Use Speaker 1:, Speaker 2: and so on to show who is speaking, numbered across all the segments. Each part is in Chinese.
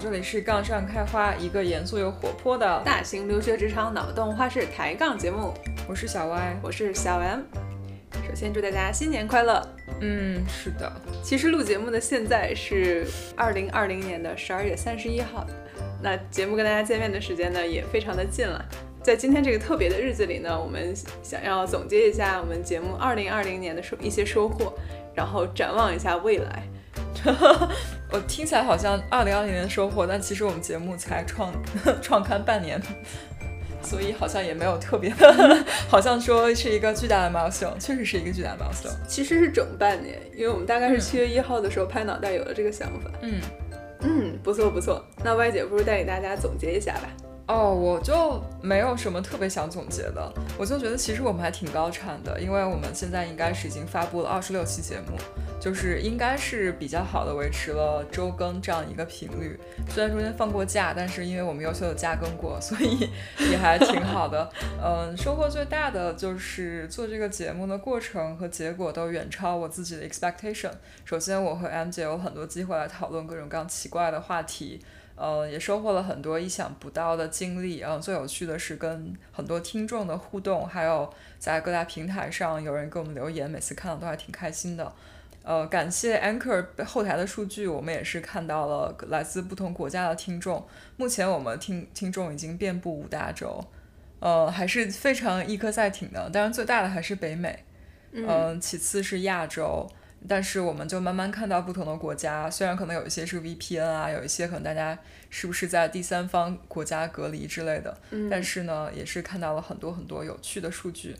Speaker 1: 这里是杠上开花，一个严肃又活泼的，
Speaker 2: 大型留学职场脑洞花式抬杠节目，
Speaker 1: 我是小歪。
Speaker 2: 我是小 M。首先祝大家新年快乐！
Speaker 1: 嗯，是的，
Speaker 2: 其实录节目的现在是二零二零年的十二月三十一号，那节目跟大家见面的时间呢也非常的近了。在今天这个特别的日子里呢，我们想要总结一下我们节目二零二零年的收一些收获，然后展望一下未来。
Speaker 1: 我听起来好像二零二零年的收获，但其实我们节目才创 创刊半年，所以好像也没有特别的， 好像说是一个巨大的 milestone，确实是一个巨大的 milestone。
Speaker 2: 其实是整半年，因为我们大概是七月一号的时候拍脑袋有了这个想法。
Speaker 1: 嗯，
Speaker 2: 嗯，不错不错。那歪姐不如带给大家总结一下吧。
Speaker 1: 哦，我就没有什么特别想总结的，我就觉得其实我们还挺高产的，因为我们现在应该是已经发布了二十六期节目，就是应该是比较好的维持了周更这样一个频率。虽然中间放过假，但是因为我们优秀的加更过，所以也还挺好的。嗯，收获最大的就是做这个节目的过程和结果都远超我自己的 expectation。首先，我和 M 姐有很多机会来讨论各种各样奇怪的话题，呃，也收获了很多意想不到的经历。嗯、最有趣的是跟很多听众的互动，还有在各大平台上有人给我们留言，每次看到都还挺开心的。呃，感谢 Anchor 后台的数据，我们也是看到了来自不同国家的听众。目前我们听听众已经遍布五大洲，呃，还是非常一颗赛艇的。当然，最大的还是北美。嗯、其次是亚洲，但是我们就慢慢看到不同的国家，虽然可能有一些是 VPN 啊，有一些可能大家是不是在第三方国家隔离之类的，
Speaker 2: 嗯
Speaker 1: 但是呢，也是看到了很多很多有趣的数据。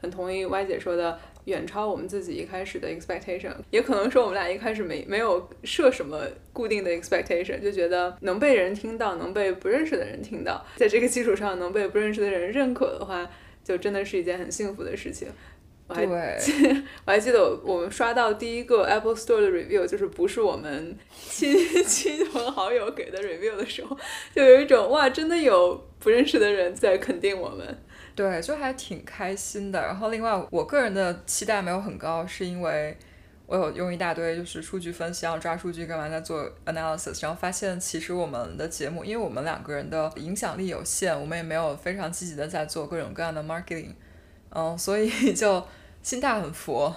Speaker 2: 很同意歪姐说的，远超我们自己一开始的 expectation，也可能说我们俩一开始没没有设什么固定的 expectation，就觉得能被人听到，能被不认识的人听到，在这个基础上能被不认识的人认可的话，就真的是一件很幸福的事情。我还
Speaker 1: 对，
Speaker 2: 我还记得我我们刷到第一个 Apple Store 的 review，就是不是我们亲 亲朋好友给的 review 的时候，就有一种哇，真的有不认识的人在肯定我们。
Speaker 1: 对，就还挺开心的。然后另外，我个人的期待没有很高，是因为我有用一大堆就是数据分析，然后抓数据干嘛，在做 analysis，然后发现其实我们的节目，因为我们两个人的影响力有限，我们也没有非常积极的在做各种各样的 marketing，嗯，所以 就心态很佛。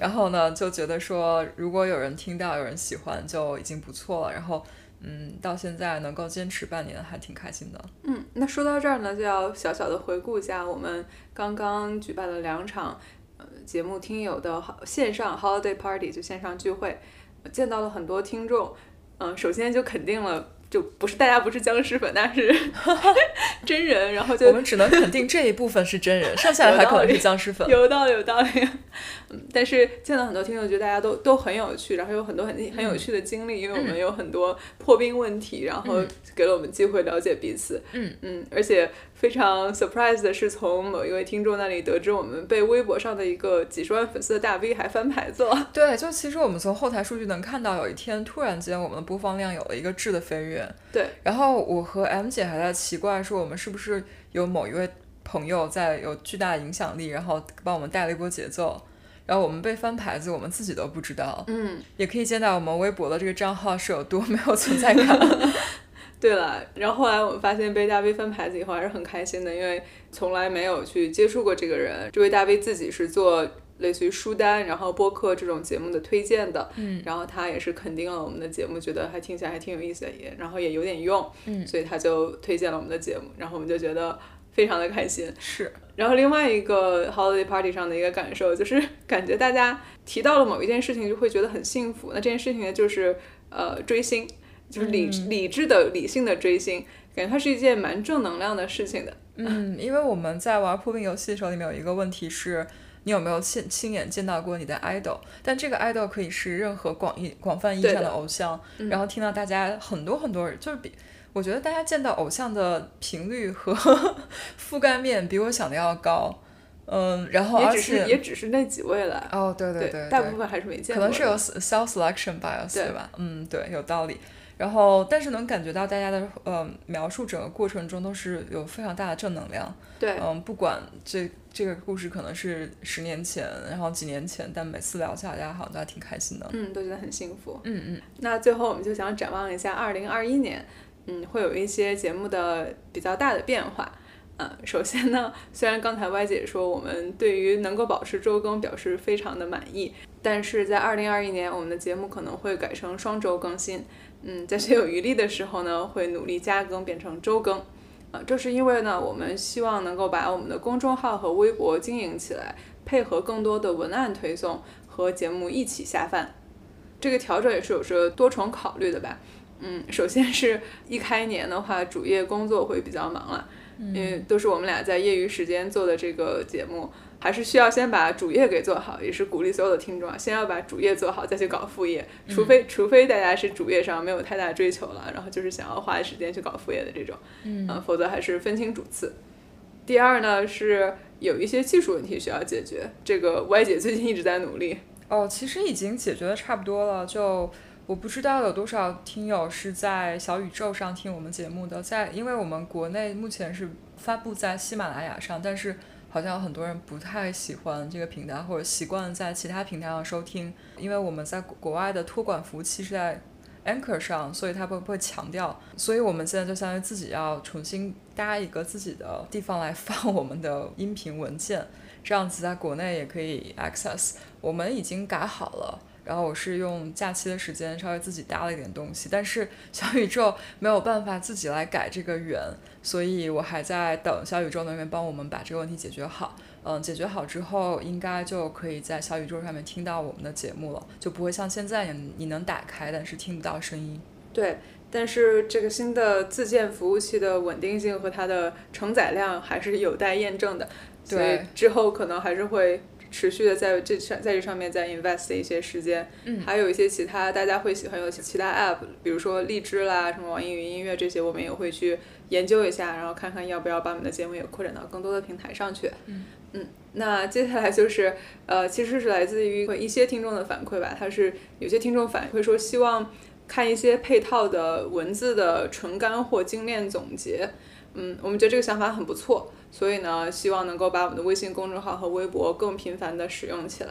Speaker 1: 然后呢，就觉得说，如果有人听到，有人喜欢，就已经不错了。然后，嗯，到现在能够坚持半年，还挺开心的。
Speaker 2: 嗯，那说到这儿呢，就要小小的回顾一下我们刚刚举办了两场呃节目听友的好线上 holiday party，就线上聚会，呃见到了很多听众。嗯、首先就肯定了，就不是大家不是僵尸粉，但是 真人，然后就
Speaker 1: 我们只能肯定这一部分是真 人，剩下的还可能是僵尸粉。
Speaker 2: 有道理，有道理。嗯，但是见到很多听众，觉得大家都都很有趣，然后有很多很很有趣的经历，因为我们有很多破冰问题，然后给了我们机会了解彼此。
Speaker 1: 嗯
Speaker 2: 嗯，而且非常 surprise 的是，从某一位听众那里得知，我们被微博上的一个几十万粉丝的大 V 还翻牌子了。
Speaker 1: 对，就其实我们从后台数据能看到，有一天突然间我们的播放量有了一个质的飞跃。
Speaker 2: 对，
Speaker 1: 然后我和 M 姐还在奇怪说，我们是不是有某一位朋友在有巨大的影响力，然后帮我们带了一波节奏。然后我们被翻牌子，我们自己都不知道，
Speaker 2: 嗯，
Speaker 1: 也可以见到我们微博的这个账号是有多没有存在感。
Speaker 2: 对了，然后后来我们发现被大 V 翻牌子以后还是很开心的，因为从来没有去接触过这个人。这位大 V 自己是做类似于书单，然后播客这种节目的推荐的，
Speaker 1: 嗯，
Speaker 2: 然后他也是肯定了我们的节目，觉得还听起来还挺有意思的，也然后也有点用，
Speaker 1: 嗯
Speaker 2: 所以他就推荐了我们的节目，然后我们就觉得非常的开心。
Speaker 1: 是，
Speaker 2: 然后另外一个 holiday party 上的一个感受就是， 感觉大家提到了某一件事情就会觉得很幸福。那这件事情呢，就是呃追星，就是理、
Speaker 1: 嗯
Speaker 2: 理智的、理性的追星，感觉它是一件蛮正能量的事情的。
Speaker 1: 嗯，因为我们在玩破冰游戏的时候，里面有一个问题是，你有没有亲亲眼见到过你的 idol？但这个 idol 可以是任何广义广泛意义
Speaker 2: 对
Speaker 1: 上
Speaker 2: 的嗯
Speaker 1: 的偶像。然后听到大家很多很多人，就是比我觉得大家见到偶像的频率和 覆盖面比我想的要高。嗯，然后
Speaker 2: 也
Speaker 1: 而
Speaker 2: 只是
Speaker 1: 且
Speaker 2: 也只是那几位了，
Speaker 1: 哦，对对对，
Speaker 2: 大部分还是没见
Speaker 1: 可
Speaker 2: 过的。
Speaker 1: 能是有 self selection bias
Speaker 2: 对
Speaker 1: 对吧？嗯，对，有道理。然后但是能感觉到大家的呃描述整个过程中都是有非常大的正能量，
Speaker 2: 对，
Speaker 1: 嗯，不管这这个故事可能是十年前，然后几年前，但每次聊起来，大家好像都还挺开心的。
Speaker 2: 嗯，都觉得很幸福。
Speaker 1: 嗯嗯，
Speaker 2: 那最后我们就想展望一下二零二一年，嗯，会有一些节目的比较大的变化。嗯，首先呢，虽然刚才歪姐说我们对于能够保持周更表示非常的满意，但是在二零二一年，我们的节目可能会改成双周更新。嗯，在学有余力的时候呢，会努力加更变成周更。啊，这是因为呢，我们希望能够把我们的公众号和微博经营起来，配合更多的文案推送和节目一起下饭。这个调整也是有着多重考虑的吧。嗯，首先是一开年的话，主业工作会比较忙了，因为都是我们俩在业余时间做的这个节目，还是需要先把主业给做好，也是鼓励所有的听众啊，先要把主业做好，再去搞副业，除非、除非大家是主业上没有太大追求了，然后就是想要花时间去搞副业的这种，嗯、否则还是分清主次。第二呢是有一些技术问题需要解决，这个歪姐最近一直在努力，
Speaker 1: 哦，其实已经解决的差不多了，就。我不知道有多少听友是在小宇宙上听我们节目的，在因为我们国内目前是发布在喜马拉雅上，但是好像很多人不太喜欢这个平台，或者习惯在其他平台上收听，因为我们在国外的托管服务器是在 Anchor 上，所以它会不会强调，所以我们现在就相当于自己要重新搭一个自己的地方来放我们的音频文件，这样子在国内也可以 access。我们已经改好了。然后我是用假期的时间稍微自己搭了一点东西，但是 小宇宙没有办法自己来改这个源，所以我还在等小宇宙那边帮我们把这个问题解决好。嗯，解决好之后，应该就可以在小宇宙上面听到我们的节目了，就不会像现在你你能打开，但是听不到声音。
Speaker 2: 对，但是这个新的自建服务器的稳定性和它的承载量还是有待验证的，所以
Speaker 1: 对
Speaker 2: 之后可能还是会持续的在这上在这上面再 invest 一些时间。
Speaker 1: 嗯
Speaker 2: 还有一些其他大家会喜欢用的其他 app，比如说荔枝啦、什么网易云音乐这些，我们也会去研究一下，然后看看要不要把我们的节目也扩展到更多的平台上去。
Speaker 1: 嗯
Speaker 2: 那接下来就是呃，其实是来自于一些听众的反馈吧，他是有些听众反馈说希望看一些配套的文字的纯干货精炼总结。嗯，我们觉得这个想法很不错，所以呢，希望能够把我们的微信公众号和微博更频繁的使用起来。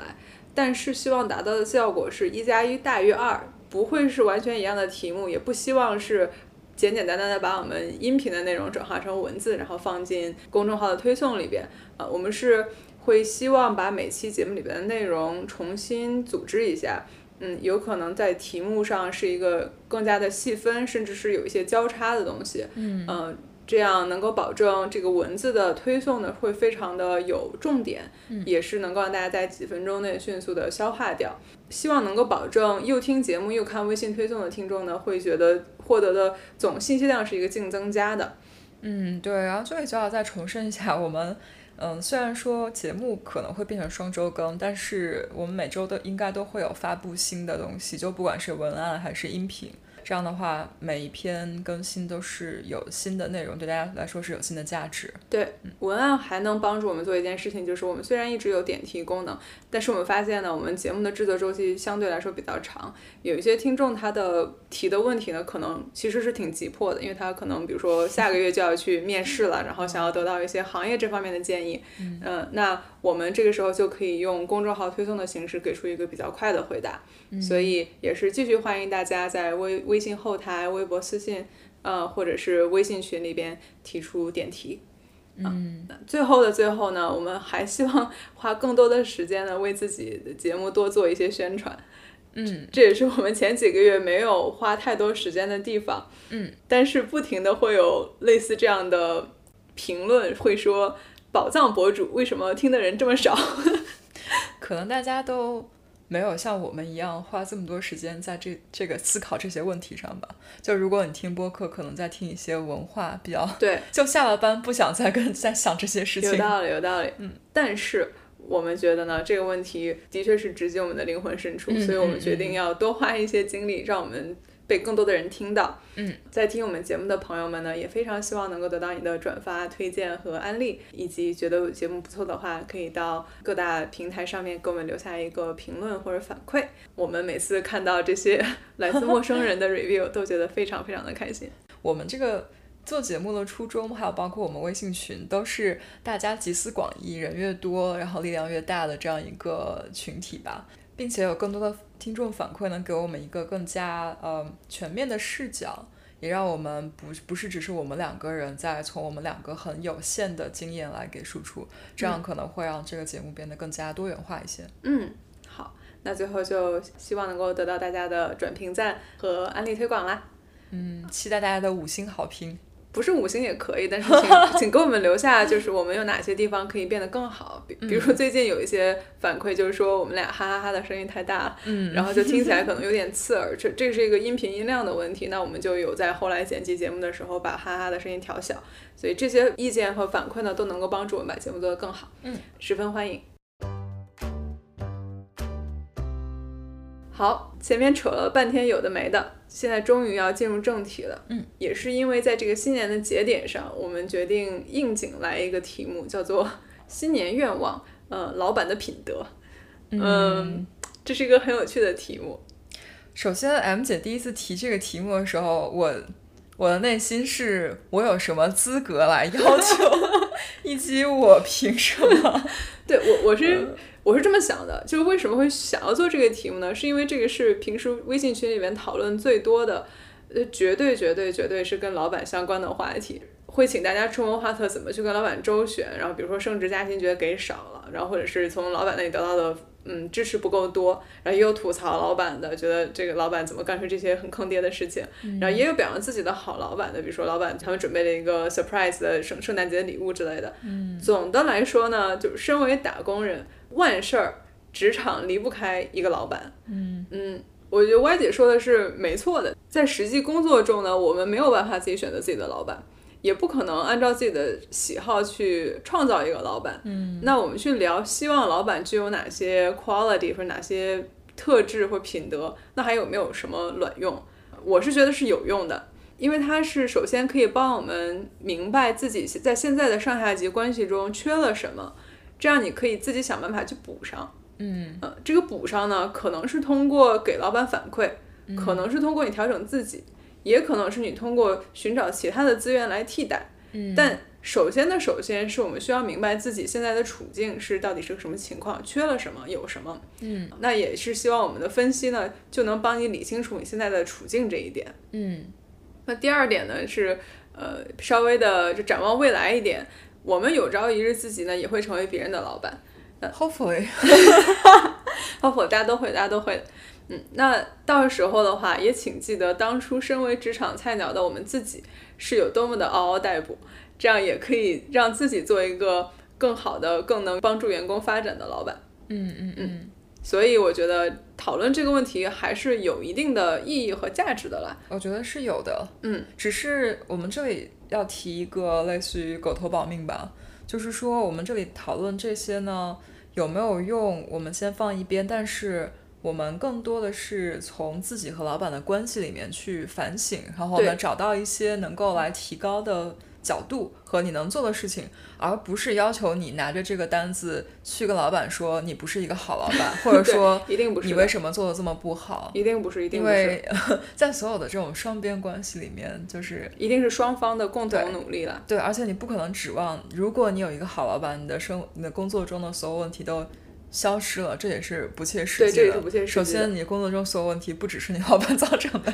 Speaker 2: 但是希望达到的效果是一加一大于二，不会是完全一样的题目，也不希望是简简单单的把我们音频的内容转化成文字，然后放进公众号的推送里边。啊，我们是会希望把每期节目里边的内容重新组织一下。嗯，有可能在题目上是一个更加的细分，甚至是有一些交叉的东西。嗯、这样能够保证这个文字的推送呢会非常的有重点，也是能够让大家在几分钟内迅速的消化掉。希望能够保证又听节目又看微信推送的听众呢，会觉得获得的总信息量是一个净增加的。
Speaker 1: 嗯，对，然后这里就要再重申一下，我们嗯，虽然说节目可能会变成双周更，但是我们每周都应该都会有发布新的东西，就不管是文案还是音频。这样的话，每一篇更新都是有新的内容，对大家来说是有新的价值。
Speaker 2: 对，文案还能帮助我们做一件事情，就是我们虽然一直有点题功能，但是我们发现呢，我们节目的制作周期相对来说比较长，有一些听众他的提的问题呢，可能其实是挺急迫的，因为他可能比如说下个月就要去面试了，然后想要得到一些行业这方面的建议，嗯、那我们这个时候就可以用公众号推送的形式给出一个比较快的回答，所以也是继续欢迎大家在微微信后台、微博私信，呃，或者是微信群里边提出点题。最后的最后呢，我们还希望花更多的时间呢，为自己的节目多做一些宣传。
Speaker 1: 嗯，
Speaker 2: 这也是我们前几个月没有花太多时间的地方。
Speaker 1: 嗯，
Speaker 2: 但是不停的会有类似这样的评论，会说宝藏博主为什么听的人这么少？
Speaker 1: 可能大家都没有像我们一样花这么多时间在这这个思考这些问题上吧。就如果你听播客，可能在听一些文化比较，
Speaker 2: 对，
Speaker 1: 就下了班不想再跟再想这些事
Speaker 2: 有
Speaker 1: 情。
Speaker 2: 道理，有道理。嗯，但是我们觉得呢，这个问题的确是直击我们的灵魂深处，
Speaker 1: 嗯
Speaker 2: 所以我们
Speaker 1: 嗯
Speaker 2: 决定要多花一些精力，让我们被更多的人听到。
Speaker 1: 嗯，
Speaker 2: 在听我们节目的朋友们呢，也非常希望能够得到你的转发、推荐和安利，以及觉得节目不错的话，可以到各大平台上面给我们留下一个评论或者反馈。 我们每次看到这些来自陌 生人的 review，都觉得非常非常的开心。
Speaker 1: 我们这个做节目的初衷，还有包括我们微信群，都是大家集思广益、人越多，然后力量越大的这样一个群体吧，并且有更多的听众反馈能给我们一个更加呃全面的视角。也让我们不不是只是我们两个人在从我们两个很有限的经验来给输出，这样可能会让这个节目变得更加多元化一些。
Speaker 2: 嗯，好，那最后就希望能够得到大家的转评赞和安利推广啦。
Speaker 1: 嗯，期待大家的五星好评。
Speaker 2: 不是五星也可以，但是请 请给我们留下，就是我们有哪些地方可以变得更好。比
Speaker 1: 嗯
Speaker 2: 比如说最近有一些反馈，就是说我们俩哈哈哈的声音太大，
Speaker 1: 嗯，
Speaker 2: 然后就听起来可能有点刺耳，这这是一个音频音量的问题。那我们就有在后来剪辑节目的时候把哈哈的声音调小，所以这些意见和反馈呢都能够帮助我们把节目做得更好，
Speaker 1: 嗯，
Speaker 2: 十分欢迎。好，前面扯了半天有的没的，现在终于要进入正题了。
Speaker 1: 嗯，
Speaker 2: 也是因为在这个新年的节点上，我们决定应景来一个题目，叫做“新年愿望”。呃，老板的品德，嗯，这是一个很有趣的题目。
Speaker 1: 首先，M 姐第一次提这个题目的时候，我我的内心是我有什么资格来要求， 以及我凭什么？
Speaker 2: 对我，我是、我是这么想的，就是为什么会想要做这个题目呢？是因为这个是平时微信群里面讨论最多的，呃，绝对绝对绝对是跟老板相关的话题。会请大家出谋划策，怎么去跟老板周旋，然后比如说升职加薪觉得给少了，然后或者是从老板那里得到的嗯支持不够多，然后也有吐槽老板的，觉得这个老板怎么干出这些很坑爹的事情，然后也有表扬自己的好老板的，比如说老板他们准备了一个 surprise 的圣圣诞节礼物之类的。嗯，总的来说呢，就是身为打工人，万事儿职场离不开一个老板。嗯我觉得歪姐说的是没错的，在实际工作中呢，我们没有办法自己选择自己的老板。也不可能按照自己的喜好去创造一个老板。嗯，那我们去聊，希望老板具有哪些 quality 或者哪些特质或品德，那还有没有什么卵用？我是觉得是有用的，因为它是首先可以帮我们明白自己在现在的上下级关系中缺了什么，这样你可以自己想办法去补上。
Speaker 1: 嗯
Speaker 2: 呃，这个补上呢，可能是通过给老板反馈，
Speaker 1: 嗯
Speaker 2: 可能是通过你调整自己，也可能是你通过寻找其他的资源来替代。
Speaker 1: 嗯
Speaker 2: 但首先的首先是我们需要明白自己现在的处境是到底是个什么情况，缺了什么，有什么。
Speaker 1: 嗯，
Speaker 2: 那也是希望我们的分析呢，就能帮你理清楚你现在的处境这一点。
Speaker 1: 嗯
Speaker 2: 那第二点呢是，呃，稍微的就展望未来一点，我们有朝一日自己呢也会成为别人的老板。
Speaker 1: ，Hopefully，
Speaker 2: 包括大家都会，大家都会。嗯，那到时候的话，也请记得当初身为职场菜鸟的我们自己是有多么的嗷嗷待哺，这样也可以让自己做一个更好的、更能帮助员工发展的老板。
Speaker 1: 嗯嗯嗯，
Speaker 2: 所以我觉得讨论这个问题还是有一定的意义和价值的啦。
Speaker 1: 我觉得是有的。
Speaker 2: 嗯，
Speaker 1: 只是我们这里要提一个类似于狗头保命吧，就是说我们这里讨论这些呢有没有用，我们先放一边，但是我们更多的是从自己和老板的关系里面去反省，然后
Speaker 2: 对
Speaker 1: 呢找到一些能够来提高的。角度和你能做的事情，而不是要求你拿着这个单子去跟老板说你不是一个好老板，或者
Speaker 2: 对
Speaker 1: 说
Speaker 2: 一定不是
Speaker 1: 你
Speaker 2: 的
Speaker 1: 为什么做的这么不好。
Speaker 2: 一定不是，一定
Speaker 1: 因
Speaker 2: 不是，
Speaker 1: 为 在所有的这种双边关系里面，就是
Speaker 2: 一定是双方的共
Speaker 1: 对
Speaker 2: 同努力啦。
Speaker 1: 对，而且你不可能指望，如果你有一个好老板，你的生你的工作中的所有问题都消失了，这也是不切实际的。
Speaker 2: 对这也是不切实
Speaker 1: 首
Speaker 2: 际的
Speaker 1: 先，你工作中所有问题不只是你老板 造成的，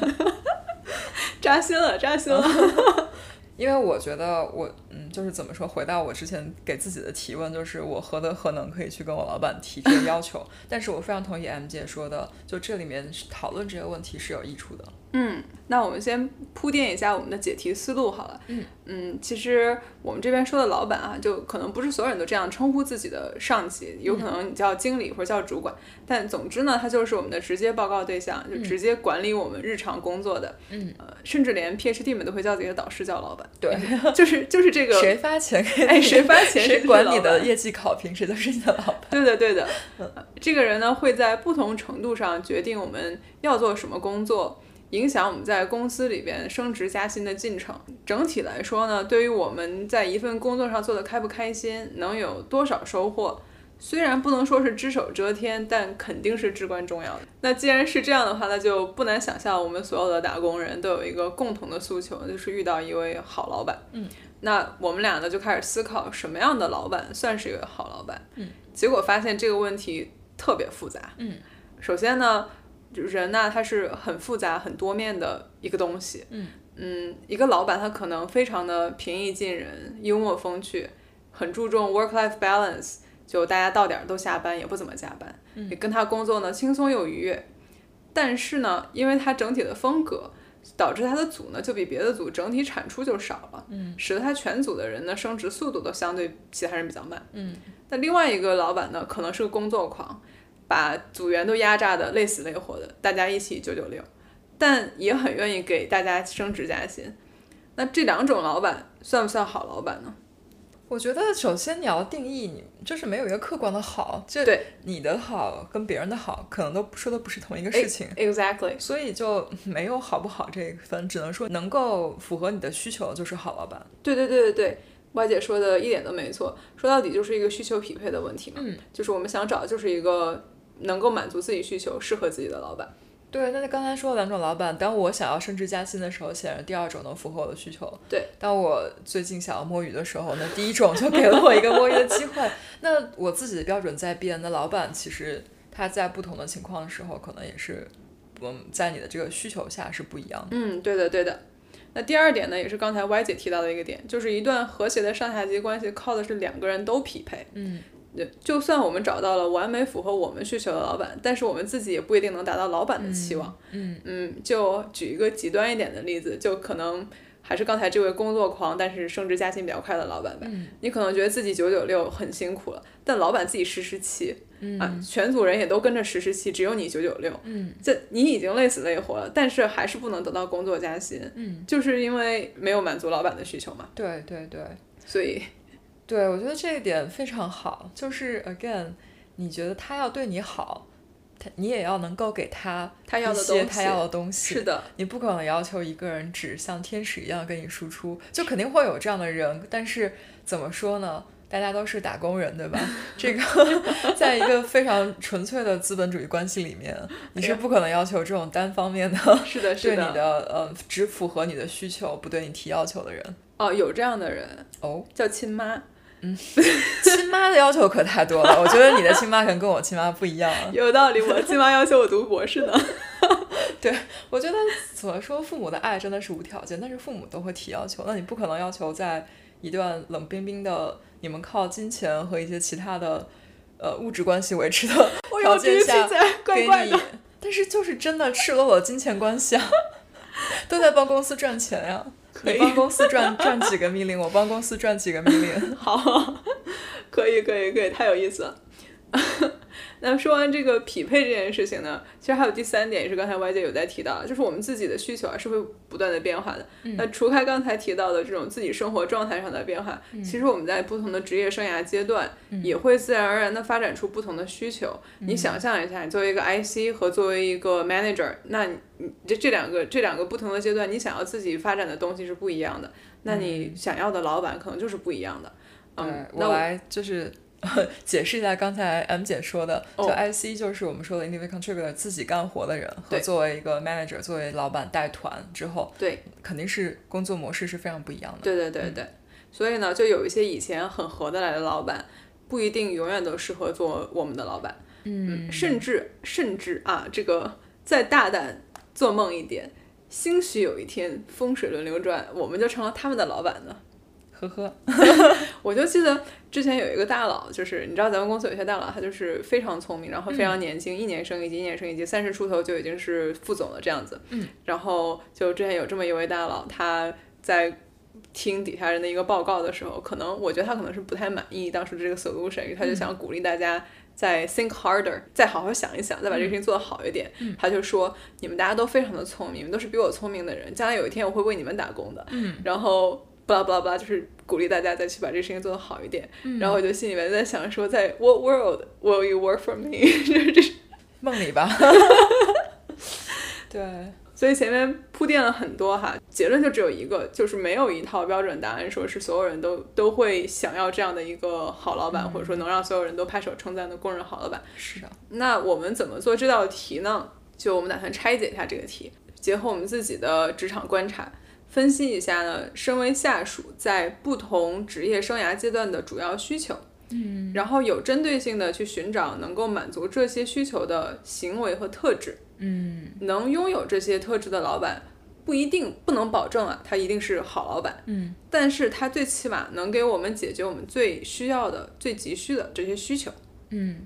Speaker 2: 扎心了，扎心
Speaker 1: 嗯
Speaker 2: 了。
Speaker 1: 因为我觉得我嗯，就是怎么说，回到我之前给自己的提问，就是我何德何能可以去跟我老板提这个要求？ 但是我非常同意 M 姐说的，就这里面是讨论这些问题是有益处的。
Speaker 2: 嗯，那我们先铺垫一下我们的解题思路好了。
Speaker 1: 嗯
Speaker 2: 其实我们这边说的老板啊，就可能不是所有人都这样称呼自己的上级，
Speaker 1: 嗯
Speaker 2: 有可能你叫经理或者叫主管，但总之呢，他就是我们的直接报告对象，就直接管理我们日常工作的。
Speaker 1: 嗯
Speaker 2: 呃，甚至连 PhD 们都会叫自己的导师叫老板，
Speaker 1: 对，
Speaker 2: 就是就是这个
Speaker 1: 谁发钱给你？
Speaker 2: 哎谁发钱谁
Speaker 1: 谁
Speaker 2: 就是
Speaker 1: 管
Speaker 2: 老
Speaker 1: 你的
Speaker 2: 板
Speaker 1: 业绩考评？谁就是你的老板。
Speaker 2: 对的，对的。这个人呢，会在不同程度上决定我们要做什么工作，影响我们在公司里边升职加薪的进程。整体来说呢，对于我们在一份工作上做的开不开心，能有多少收获，虽然不能说是只手遮天，但肯定是至关重要的。那既然是这样的话，那就不难想象，我们所有的打工人都有一个共同的诉求，就是遇到一位好老板。
Speaker 1: 嗯，
Speaker 2: 那我们俩呢就开始思考什么样的老板算是一个好老板。
Speaker 1: 嗯，
Speaker 2: 结果发现这个问题特别复杂。
Speaker 1: 嗯，
Speaker 2: 首先呢，人呢他是很复杂、很多面的一个东西。
Speaker 1: 嗯
Speaker 2: 嗯一个老板他可能非常的平易近人、幽默风趣，很注重 work-life balance。就大家到点儿都下班，也不怎么加班，
Speaker 1: 嗯
Speaker 2: 也跟他工作呢轻松又愉悦。但是呢，因为他整体的风格，导致他的组呢就比别的组整体产出就少了，
Speaker 1: 嗯
Speaker 2: 使得他全组的人呢升职速度都相对其他人比较慢。
Speaker 1: 嗯
Speaker 2: 那另外一个老板呢，可能是个工作狂，把组员都压榨的累死累活的，大家一起九九六，但也很愿意给大家升职加薪。那这两种老板算不算好老板呢？
Speaker 1: 我觉得首先你要定义你，就是没有一个客观的好，这
Speaker 2: 对
Speaker 1: 你的好跟别人的好可能都说的不是同一个
Speaker 2: 哎
Speaker 1: 事情，
Speaker 2: ，exactly，
Speaker 1: 所以就没有好不好这一分，只能说能够符合你的需求就是好老板。
Speaker 2: 对对对对对，歪姐说的一点都没错，说到底就是一个需求匹配的问题嘛。
Speaker 1: 嗯，
Speaker 2: 就是我们想找的就是一个能够满足自己需求、适合自己的老板。
Speaker 1: 对，那刚才说的两种老板，当我想要升职加薪的时候，显然第二种能符合我的需求。
Speaker 2: 对，
Speaker 1: 当我最近想要摸鱼的时候，那第一种就给了我一个摸鱼的机会。 那我自己的标准在变，那老板其实他在不同的情况的时候，可能也是，嗯，在你的这个需求下是不一样的。
Speaker 2: 嗯，对的对的。那第二点呢，也是刚才歪姐提到的一个点，就是一段和谐的上下级关系靠的是两个人都匹配。
Speaker 1: 嗯，
Speaker 2: 就就算我们找到了完美符合我们需求的老板，但是我们自己也不一定能达到老板的期望。
Speaker 1: 嗯
Speaker 2: 嗯，就举一个极端一点的例子，就可能还是刚才这位工作狂，但是升职加薪比较快的老板吧。
Speaker 1: 嗯
Speaker 2: 你可能觉得自己九九六很辛苦了，但老板自己十十七
Speaker 1: 嗯
Speaker 2: 啊，全组人也都跟着十十七，只有你九九六，
Speaker 1: 嗯
Speaker 2: 这你已经累死累活了，但是还是不能得到工作加薪，
Speaker 1: 嗯，
Speaker 2: 就是因为没有满足老板的需求嘛。
Speaker 1: 对对对
Speaker 2: 所以，
Speaker 1: 对，我觉得这一点非常好。就是 again，你觉得他要对你好，他你也要能够给他
Speaker 2: 他要的
Speaker 1: 一些
Speaker 2: 东
Speaker 1: 他
Speaker 2: 西
Speaker 1: 要的东西。
Speaker 2: 是的，
Speaker 1: 你不可能要求一个人只像天使一样跟你输出，就肯定会有这样的人。但是怎么说呢？大家都是打工人，对吧？ 这个在一个非常纯粹的资本主义关系里面，你是不可能要求这种单方面的
Speaker 2: 是
Speaker 1: 对
Speaker 2: 的，哎是
Speaker 1: 你
Speaker 2: 的。
Speaker 1: 的呃只符合你的需求，不对你提要求的人。
Speaker 2: 哦，有这样的人
Speaker 1: 哦，
Speaker 2: 叫亲妈，
Speaker 1: 亲妈的要求可太多了，我觉得你的亲妈可能跟我亲妈不一样啊。
Speaker 2: 有道理。我亲妈要求我读博士 呢。
Speaker 1: 我觉得怎么说，父母的爱真的是无条件，但是父母都会提要求，那你不可能要求在一段冷冰冰的你们靠金钱和一些其他的呃物质关系维持的
Speaker 2: 我
Speaker 1: 条
Speaker 2: 有这
Speaker 1: 件
Speaker 2: 个
Speaker 1: 下
Speaker 2: 听起来怪
Speaker 1: 给
Speaker 2: 怪
Speaker 1: 你
Speaker 2: 的。，
Speaker 1: 但是就是真的赤裸裸的金钱关系啊， 都在帮公司赚钱呀、
Speaker 2: 可
Speaker 1: 你
Speaker 2: 以
Speaker 1: 帮公司赚赚几个命令，我帮公司赚几个命令。
Speaker 2: 好，可以可以可以，太有意思了。 那说完这个匹配这件事情呢，其实还有第三点，也是刚才 Y 姐有在提到，就是我们自己的需求啊是会不断的变化的。那除开刚才提到的这种自己生活状态上的变化，其实我们在不同的职业生涯阶段，也会自然而然的发展出不同的需求。你想象一下，你作为一个 IC 和作为一个 manager，那你你这这两个这两个不同的阶段，你想要自己发展的东西是不一样的，那你想要的老板可能就是不一样的。嗯
Speaker 1: 对，，
Speaker 2: 那
Speaker 1: 我来就是 解释一下刚才 M 姐说的，就
Speaker 2: 哦
Speaker 1: IC 就是我们说的 individual contributor 自己干活的人，和
Speaker 2: 对
Speaker 1: 作为一个 manager 作为老板带团之后，
Speaker 2: 对，
Speaker 1: 肯定是工作模式是非常不一样的。
Speaker 2: 对对对对，所以呢，就有一些以前很合得来的老板，不一定永远都适合做我们的老板。嗯，甚至甚至啊，这个再大胆做梦一点，兴许有一天风水轮流转，我们就成了他们的老板呢。
Speaker 1: 呵呵，
Speaker 2: 我就记得之前有一个大佬，就是你知道咱们公司有些大佬，他就是非常聪明，然后非常年轻，一年升一级，一年升一级，三十出头就已经是副总了这样子。
Speaker 1: 嗯，
Speaker 2: 然后就之前有这么一位大佬，他在听底下人的一个报告的时候，可能我觉得他可能是不太满意当时这个 solution，他就想鼓励大家。再 think harder，再好好想一想，再把这个事情做得好一点。他就说：“你们大家都非常的聪明，你们都是比我聪明的人，将来有一天我会为你们打工的。”然后巴拉巴拉巴拉，就是鼓励大家再去把这个事情做得好一点。然后我就心里面在想说，在 What world will you work for me？就是这
Speaker 1: 梦里吧。对，
Speaker 2: 所以前面铺垫了很多哈，结论就只有一个，就是没有一套标准答案，说是所有人都都会想要这样的一个好老板，或者说能让所有人都拍手称赞的公认好老板。
Speaker 1: 是的，
Speaker 2: 那我们怎么做这道题呢？就我们打算拆解一下这个题，结合我们自己的职场观察，分析一下呢，身为下属在不同职业生涯阶段的主要需求。嗯，然后有针对性的去寻找能够满足这些需求的行为和特质。
Speaker 1: 嗯，
Speaker 2: 能拥有这些特质的老板，不一定不能保证啊，他一定是好老板。
Speaker 1: 嗯，
Speaker 2: 但是他最起码能给我们解决我们最需要的、最急需的这些需求。
Speaker 1: 嗯，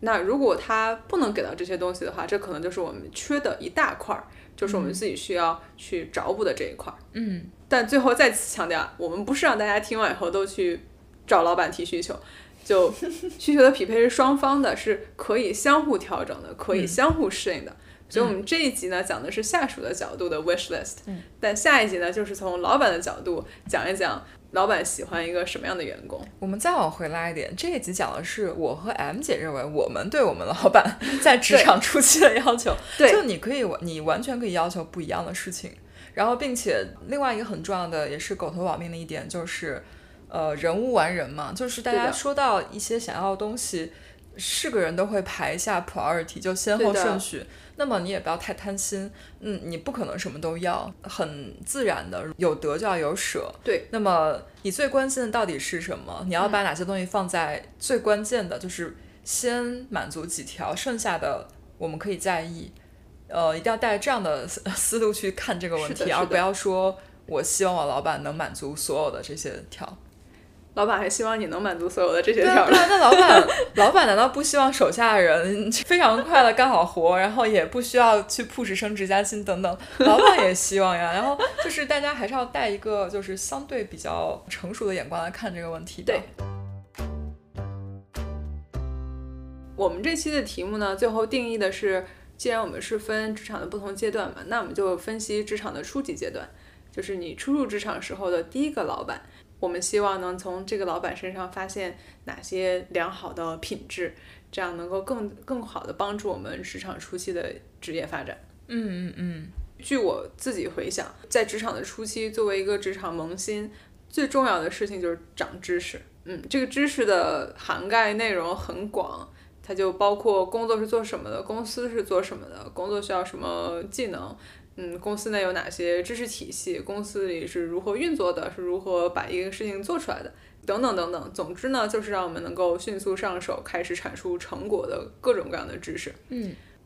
Speaker 2: 那如果他不能给到这些东西的话，这可能就是我们缺的一大块儿，就是我们自己需要去找补的这一块儿。
Speaker 1: 嗯，
Speaker 2: 但最后再次强调，我们不是让大家听完以后都去找老板提需求， 就需求的匹配是双方的，是可以相互调整的，可
Speaker 1: 嗯
Speaker 2: 以相互适应的。所以，我们这一集呢讲的是下属的角度的 wish list，、
Speaker 1: 嗯
Speaker 2: 但下一集呢就是从老板的角度讲一讲老板喜欢一个什么样的员工。
Speaker 1: 我们再往回拉一点，这一集讲的是我和 M 姐认为我们对我们老 板在职场初期的要求。
Speaker 2: 对
Speaker 1: 就你可以，你完全可以要求不一样的事情。然后，并且另外一个很重要的，也是狗头保命的一点就是，呃，人无完人嘛，就是大
Speaker 2: 对
Speaker 1: 家
Speaker 2: 的
Speaker 1: 说到一些想要的东西，是个人都会排一下 priority，就先后
Speaker 2: 对的
Speaker 1: 顺序。那么你也不要太贪心，嗯，你不可能什么都要，很自然的有得就要有舍，
Speaker 2: 对，
Speaker 1: 那么你最关心的到底是什么？你要
Speaker 2: 嗯
Speaker 1: 把哪些东西放在最关键的？就是先满足几条，剩下的我们可以在意。呃，一定要带着这样的思 思路去看这个问
Speaker 2: 是
Speaker 1: 题，
Speaker 2: 的
Speaker 1: 而
Speaker 2: 是的
Speaker 1: 不要说我希望我老板能满足所有的这些条。
Speaker 2: 老板还希望你能满足所有的这些
Speaker 1: 对
Speaker 2: 条
Speaker 1: 啊，
Speaker 2: 儿
Speaker 1: 对啊，那老板老板难道不希望手下人非常快的干好活，然后也不需要去 push 升职加薪等等？老板也希望呀。然后就是大家还是要带一个就是相对比较成熟的眼光来看这个问题吧。
Speaker 2: 对我们这期的题目呢，最后定义的是，既然我们是分职场的不同阶段嘛，那我们就分析职场的初级阶段，就是你初入职场时候的第一个老板。我们希望能从这个老板身上发现哪些良好的品质，这样能够更更好的帮助我们职场初期的职业发展。
Speaker 1: 嗯嗯嗯，
Speaker 2: 据我自己回想，在职场的初期，作为一个职场萌新，最重要的事情就是长知识。嗯，这个知识的涵盖内容很广，它就包括工作是做什么的，公司是做什么的，工作需要什么技能，嗯，公司内有哪些知识体系，公司里是如何运作的，是如何把一个事情做出来的，等等等等。总之呢，就是让我们能够迅速上手，开始阐述成果的各种各样的知识。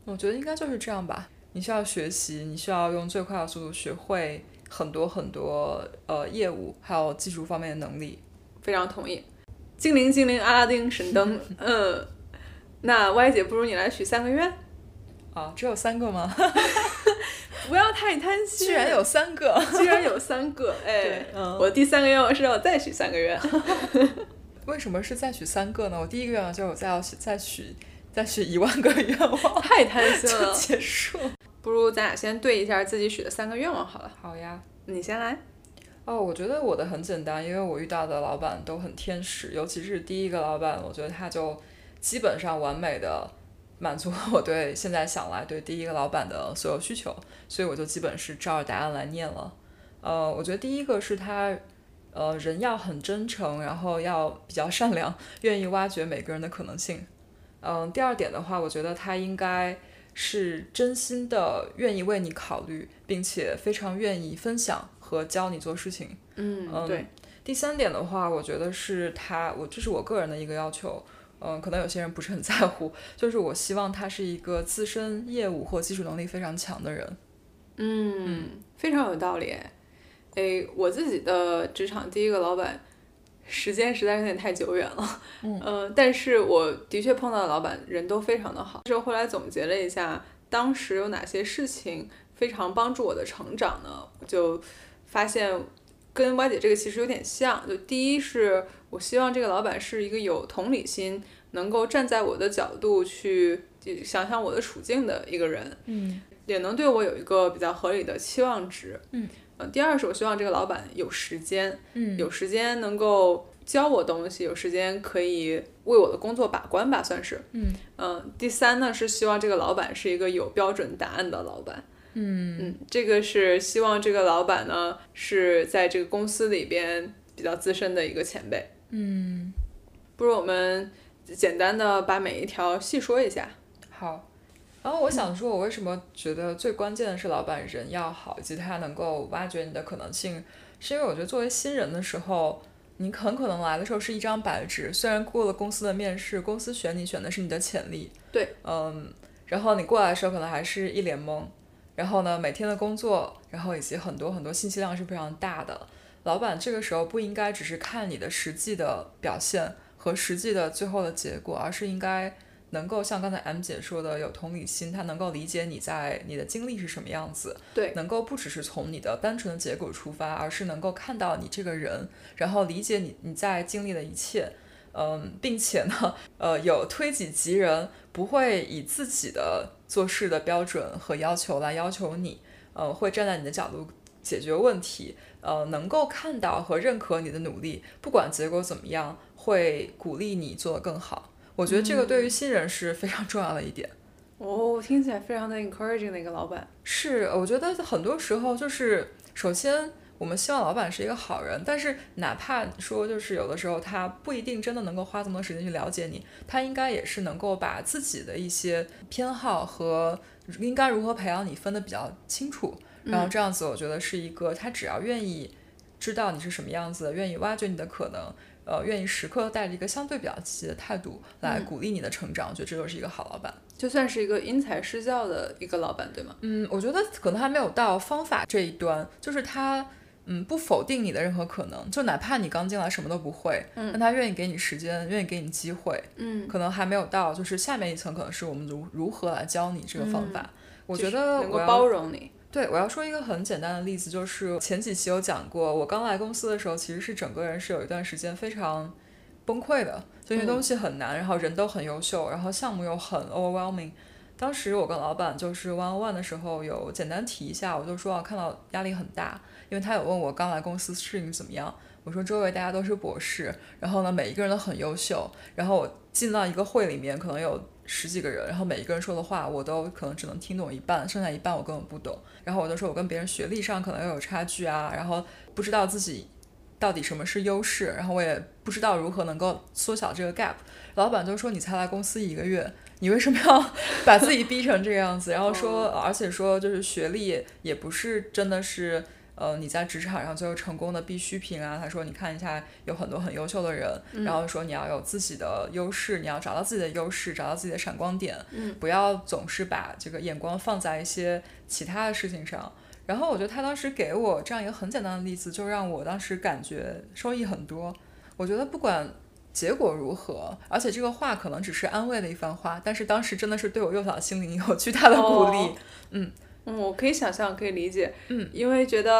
Speaker 1: 我觉得应该就是这样吧。你需要学习，你需要用最快的速度学会很多很多呃业务，还有技术方面的能力。
Speaker 2: 非常同意。精灵，精灵，阿拉丁神 灯，嗯，那 Y 姐，不如你来许三个愿，
Speaker 1: 啊，只有三个吗？
Speaker 2: 不要太贪 心。
Speaker 1: 居然有，三个！
Speaker 2: 居然有三 个，哎
Speaker 1: 对，嗯
Speaker 2: 我第三个愿望是让我再许三 个愿，
Speaker 1: 为什么是再许三个呢？我第一个愿望就是我再要许再许再许一万个愿望
Speaker 2: 太贪心
Speaker 1: 就
Speaker 2: 了。
Speaker 1: 结束。
Speaker 2: 不如咱俩先对一下自己许的三个愿望好了，
Speaker 1: 好呀。
Speaker 2: 你先来。
Speaker 1: 哦，我觉得我的很简单，因为我遇到的老板都很天使，尤其是第一个老板，我觉得他就基本上完美的满足了我对现在想来对第一个老板的所有需求，所以我就基本是照着答案来念了。呃，我觉得第一个是他，呃，人要很真诚，然后要比较善良，愿意挖掘每个人的可能性。嗯、第二点的话，我觉得他应该是真心的愿意为你考虑，并且非常愿意分享和教你做事情。
Speaker 2: 嗯
Speaker 1: 嗯
Speaker 2: 对，
Speaker 1: 第三点的话，我觉得是他，我这是我个人的一个要求。嗯，可能有些人不是很在乎， 就是我希望他是一个自身业务或技术能力非常强的人。
Speaker 2: 嗯，非常有道理。哎，我自己的职场第一个老板，时间实在是有点太久远了。嗯、但是我的确碰到的老板人都非常的好。之后后来总结了一下，当时有哪些事情非常帮助我的成长呢？我就发现跟歪姐这个其实有点像。就第一是我希望这个老板是一个有同理心，能够站在我的角度去呃想想我的处境的一个人。
Speaker 1: 嗯
Speaker 2: 也能对我有一个比较合理的期望值。
Speaker 1: 嗯，
Speaker 2: 呃，第二是我希望这个老板有时间，
Speaker 1: 嗯
Speaker 2: 有时间能够教我东西，有时间可以为我的工作把关吧，算是。呃
Speaker 1: 嗯
Speaker 2: 嗯、第三呢是希望这个老板是一个有标准答案的老板。
Speaker 1: 嗯，
Speaker 2: 嗯，这个是希望这个老板呢是在这个公司里边比较资深的一个前辈。
Speaker 1: 嗯，
Speaker 2: 不如我们简单的把每一条细说一下。
Speaker 1: 好。然后我想说，我为什么觉得最关键的是老板人要好，以及他能够挖掘你的可能性，是因为我觉得作为新人的时候，你很可能来的时候是一张白纸，虽然过了公司的面试，公司选你选的是你的潜力，
Speaker 2: 对，
Speaker 1: 嗯，然后你过来的时候可能还是一脸懵，然后呢，每天的工作，然后以及很多很多信息量是非常大的，老板这个时候不应该只是看你的实际的表现和实际的最后的结果，而是应该能够像刚才 M 姐说的有同理心，她能够理解你在你的经历是什么样子，
Speaker 2: 对
Speaker 1: 能够不只是从你的单纯的结果出发，而是能够看到你这个人，然后理解你你在经历的一切。嗯，并且呢，呃，有推己及人，不会以自己的做事的标准和要求来要求你，呃，会站在你的角度解决问题，呃，能够看到和认可你的努力，不管结果怎么样，会鼓励你做得更好。我觉得这个对于新人是非常重要的一点。
Speaker 2: 哦，听起来非常的 encouraging 的一个老板。
Speaker 1: 是，我觉得很多时候就是，首先我们希望老板是一个好人，但是哪怕说就是有的时候他不一定真的能够花这么多时间去了解你，他应该也是能够把自己的一些偏好和应该如何培养你分得比较清楚，然后这样子我觉得是一个他只要愿意知道你是什么样子的，愿意挖掘你的可能。呃，愿意时刻带着一个相对比较积极的态度来鼓励你的成长，我觉得这就是一个好老板。
Speaker 2: 就算是一个因材施教的一个老板，对吗？
Speaker 1: 嗯，我觉得可能还没有到方法这一端，就是他，嗯，不否定你的任何可能，就哪怕你刚进来什么都不会，嗯，但他愿意给你时间，愿意给你机会，
Speaker 2: 嗯，
Speaker 1: 可能还没有到，就是下面一层可能是我们如如何来教你这个方法。我觉得
Speaker 2: 嗯能够
Speaker 1: 我要
Speaker 2: 包容你。
Speaker 1: 对，我要说一个很简单的例子，就是前几期有讲过，我刚来公司的时候，其实是整个人是有一段时间非常崩溃的，就
Speaker 2: 嗯
Speaker 1: 因为东西很难，然后人都很优秀，然后项目又很 overwhelming。当时我跟老板就是 one on one 的时候，有简单提一下，我就说啊，看到压力很大，因为他有问我刚来公司适应怎么样，我说周围大家都是博士，然后呢每一个人都很优秀，然后我进到一个会里面，可能有十几个人，然后每一个人说的话我都可能只能听懂一半，剩下一半我根本不懂。然后我就说我跟别人学历上可能又有差距啊，然后不知道自己到底什么是优势，然后我也不知道如何能够缩小这个 gap。老板就说你才来公司一个月，你为什么要把自己逼成这个样子？然 后说，而且说就是学历也不是真的是。呃，你在职场上最后成功的必需品啊，他说，你看一下有很多很优秀的人，然后说你要有自己的优势，你要找到自己的优势，找到自己的闪光点，
Speaker 2: 嗯
Speaker 1: 不要总是把这个眼光放在一些其他的事情上。然后我觉得他当时给我这样一个很简单的例子，就让我当时感觉受益很多。我觉得不管结果如何，而且这个话可能只是安慰的一番话，但是当时真的是对我幼小的心灵有巨大的鼓励。
Speaker 2: 哦嗯，我可以想象，可以理解。嗯，因为觉得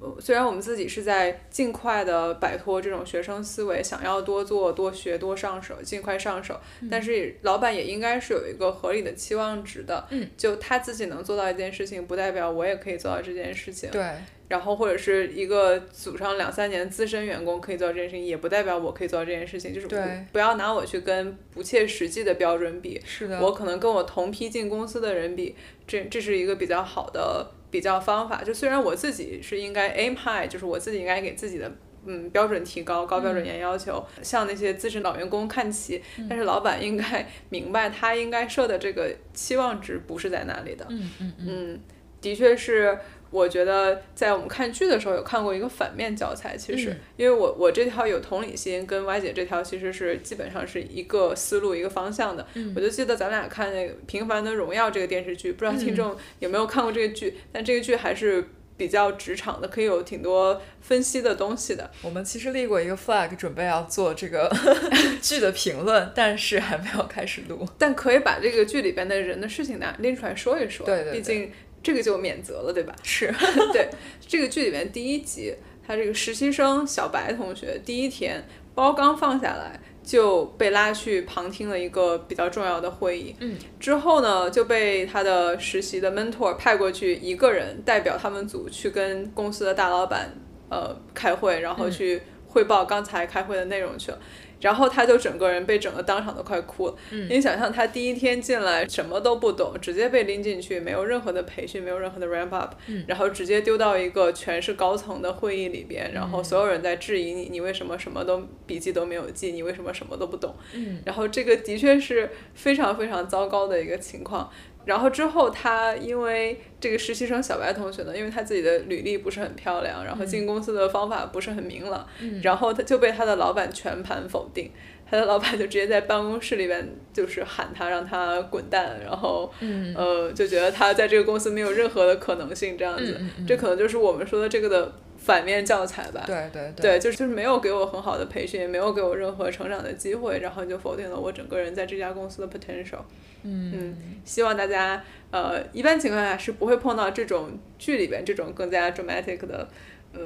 Speaker 2: 呃虽然我们自己是在尽快的摆脱这种学生思维，想要多做、多学、多上手，尽快上手，但是也老板也应该是有一个合理的期望值的。
Speaker 1: 嗯，
Speaker 2: 就他自己能做到一件事情，不代表我也可以做到这件事情。
Speaker 1: 对，
Speaker 2: 然后或者是一个组上两三年资深员工可以做到这件事情，也不代表我可以做到这件事情。就是
Speaker 1: 对
Speaker 2: 我不要拿我去跟不切实际的标准比，
Speaker 1: 是的，
Speaker 2: 我可能跟我同批进公司的人比，这这是一个比较好的比较方法。就虽然我自己是应该 aim high，就是我自己应该给自己的嗯标准提高，高
Speaker 1: 嗯
Speaker 2: 标准严要求，向那些资深老员工看齐，但是老板应该明白他应该设的这个期望值不是在那里的。
Speaker 1: 嗯嗯嗯，
Speaker 2: 嗯，的确是，我觉得在我们看剧的时候有看过一个反面教材，其实、
Speaker 1: 嗯
Speaker 2: 因为我我这条有同理心，跟 Y 姐这条其实是基本上是一个思路一个方向的。我就记得咱俩看那个《平凡的荣耀》这个电视剧，不知道听众有没有看过这个剧，但这个剧还是。比较职场的，可以有挺多分析的东西的。
Speaker 1: 我们其实立过一个 flag，准备要做这 个 剧的评论，但是还没有开始录。
Speaker 2: 但可以把这个剧里边的人的事情拿拎出来说一说，
Speaker 1: 对对对
Speaker 2: 毕竟这个就免责了，对吧？
Speaker 1: 是，
Speaker 2: 对，这个剧里面第一集，他这个实习生小白同学第一天包刚放下来就被拉去旁听了一个比较重要的会议，
Speaker 1: 嗯，
Speaker 2: 之后呢就被他的实习的 mentor 派过去，一个人代表他们组去跟公司的大老板呃开会，然后去汇报刚才开会的内容去了。然后他就整个人被整个当场都快哭了。
Speaker 3: 嗯
Speaker 2: 你想象他第一天进来什么都不懂，直接被拎进去，没有任何的培训，没有任何的 ramp up，、
Speaker 3: 嗯
Speaker 2: 然后直接丢到一个全是高层的会议里边，然后所有人在质疑你，你为什么什么都笔记都没有记，你为什么什么都不懂？
Speaker 3: 嗯
Speaker 2: 然后这个的确是非常非常糟糕的一个情况。然后之后，他因为这个实习生小白同学呢，因为他自己的履历不是很漂亮，
Speaker 3: 嗯
Speaker 2: 然后进公司的方法不是很明朗，然后他就被他的老板全盘否定。他的老板就直接在办公室里边就是喊他，让他滚蛋，然后、
Speaker 3: 嗯
Speaker 2: 呃就觉得他在这个公司没有任何的可能性，这样子，
Speaker 3: 嗯
Speaker 2: 这可能就是我们说的这个的反面教材吧。
Speaker 1: 对对
Speaker 2: 对，就是就是没有给我很好的培训，也没有给我任何成长的机会，然后就否定了我整个人在这家公司的 potential。嗯希望大家呃，一般情况下是不会碰到这种剧里边这种更加 dramatic 的。呃，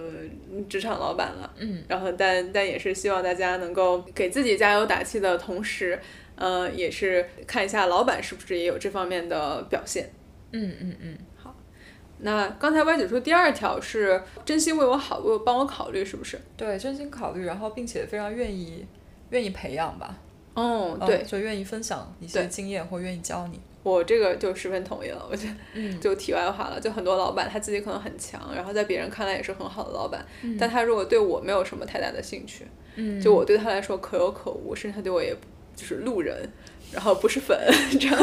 Speaker 2: 职场老板了，
Speaker 3: 嗯，
Speaker 2: 然后但但也是希望大家能够给自己加油打气的同时，呃，也是看一下老板是不是也有这方面的表现。
Speaker 3: 嗯嗯嗯，
Speaker 2: 那刚才歪姐说第二条是真心为我好，为我帮我考虑，是不是？
Speaker 1: 对，真心考虑，然后并且非常愿意愿意培养吧，
Speaker 2: 哦，
Speaker 1: 嗯
Speaker 2: 对，
Speaker 1: 就愿意分享一些
Speaker 2: 对
Speaker 1: 经验或愿意教你，
Speaker 2: 我这个就十分同意了，我觉得，
Speaker 1: 嗯
Speaker 2: 就题外话了，就很多老板他自己可能很强，然后在别人看来也是很好的老板，
Speaker 1: 嗯
Speaker 2: 但他如果对我没有什么太大的兴趣，
Speaker 3: 嗯
Speaker 2: 就我对他来说可有可无，甚至他对我也就是路人，然后不是粉，这样，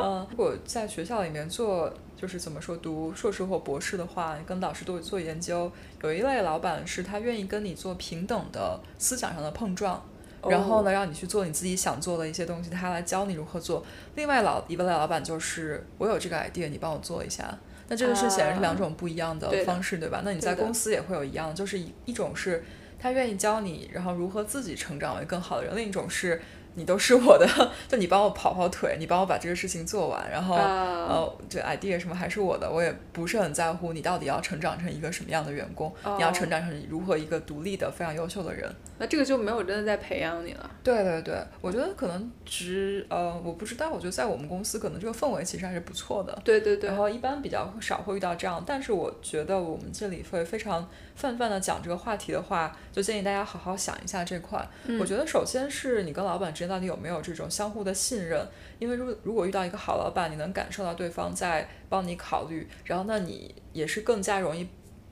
Speaker 1: 嗯，如果在学校里面做，就是怎么说，读硕士或博士的话，跟老师做做研究，有一类老板是他愿意跟你做平等的思想上的碰撞。然后
Speaker 2: 哦
Speaker 1: 呢，让你去做你自己想做的一些东西，他来教你如何做。另外老一位老板就是我有这个 idea，你帮我做一下。那这个是显然是两种不一样的
Speaker 2: 啊对的
Speaker 1: 方式，对吧？那你
Speaker 2: 对
Speaker 1: 在
Speaker 2: 的
Speaker 1: 公司也会有一样，就是一一种是他愿意教你，然后如何自己成长为更好的人；另一种是你都是我的，就你帮我跑跑腿，你帮我把这个事情做完，然后、
Speaker 2: 啊
Speaker 1: 呃，这 idea 什么还是我的，我也不是很在乎你到底要成长成一个什么样的员工，你要
Speaker 2: 哦
Speaker 1: 成长成如何一个独立的、非常优秀的人。
Speaker 2: 那这个就没有真的在培养你了，
Speaker 1: 对对对，我觉得可能职呃，我不知道，我觉得在我们公司可能这个氛围其实还是不错的。
Speaker 2: 对对对
Speaker 1: 然，后一般比较少会遇到这样，但是我觉得我们这里会非常泛泛的讲这个话题的话，就建议大家好好想一下这块。
Speaker 2: 嗯
Speaker 1: 我觉得首先是你跟老板之间到底有没有这种相互的信任，因为如如果遇到一个好老板，你能感受到对方在帮你考虑，然后那你也是更加容易。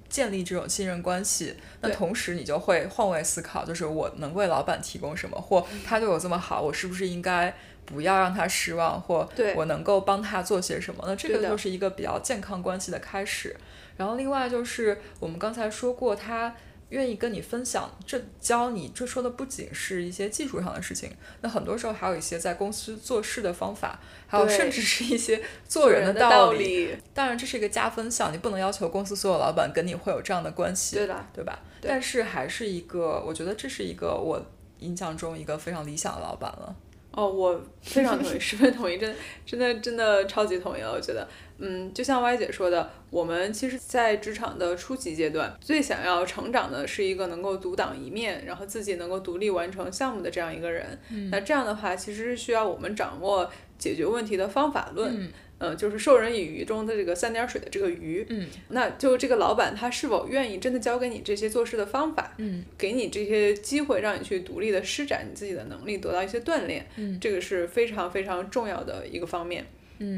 Speaker 1: 建立这种信任关系，那
Speaker 2: 对
Speaker 1: 同时你就会换位思考，就是我能为老板提供什么，或
Speaker 2: 嗯
Speaker 1: 他对我这么好，我是不是应该不要让他失望，或
Speaker 2: 对
Speaker 1: 我能够帮他做些什么？那这
Speaker 2: 对
Speaker 1: 个
Speaker 2: 的
Speaker 1: 就是一个比较健康关系的开始。然后另外就是我们刚才说过，他愿意跟你分享，这教你这说的不仅是一些技术上的事情，那很多时候还有一些在公司做事的方法，还有
Speaker 2: 对
Speaker 1: 甚至是一些做人的
Speaker 2: 做道
Speaker 1: 道理。当然这是一个加分项，你不能要求公司所有老板跟你会有这样的关系。
Speaker 2: 对的，
Speaker 1: 对吧？
Speaker 2: 对
Speaker 1: 但是还是一个，我觉得这是一个我印象中一个非常理想的老板了。
Speaker 2: 哦，我非常同意，十分同意，真的真的真的超级同意了。我觉得，嗯，就像歪姐说的，我们其实，在职场的初级阶段，最想要成长的是一个能够独当一面，然后自己能够独立完成项目的这样一个人。
Speaker 3: 嗯
Speaker 2: 那这样的话，其实是需要我们掌握解决问题的方法论。嗯就是授人以鱼中的这个三点水的这个鱼，
Speaker 3: 嗯，
Speaker 2: 那就这个老板他是否愿意真的教给你这些做事的方法，
Speaker 3: 嗯，
Speaker 2: 给你这些机会让你去独立的施展你自己的能力，得到一些锻炼，这个是非常非常重要的一个方面。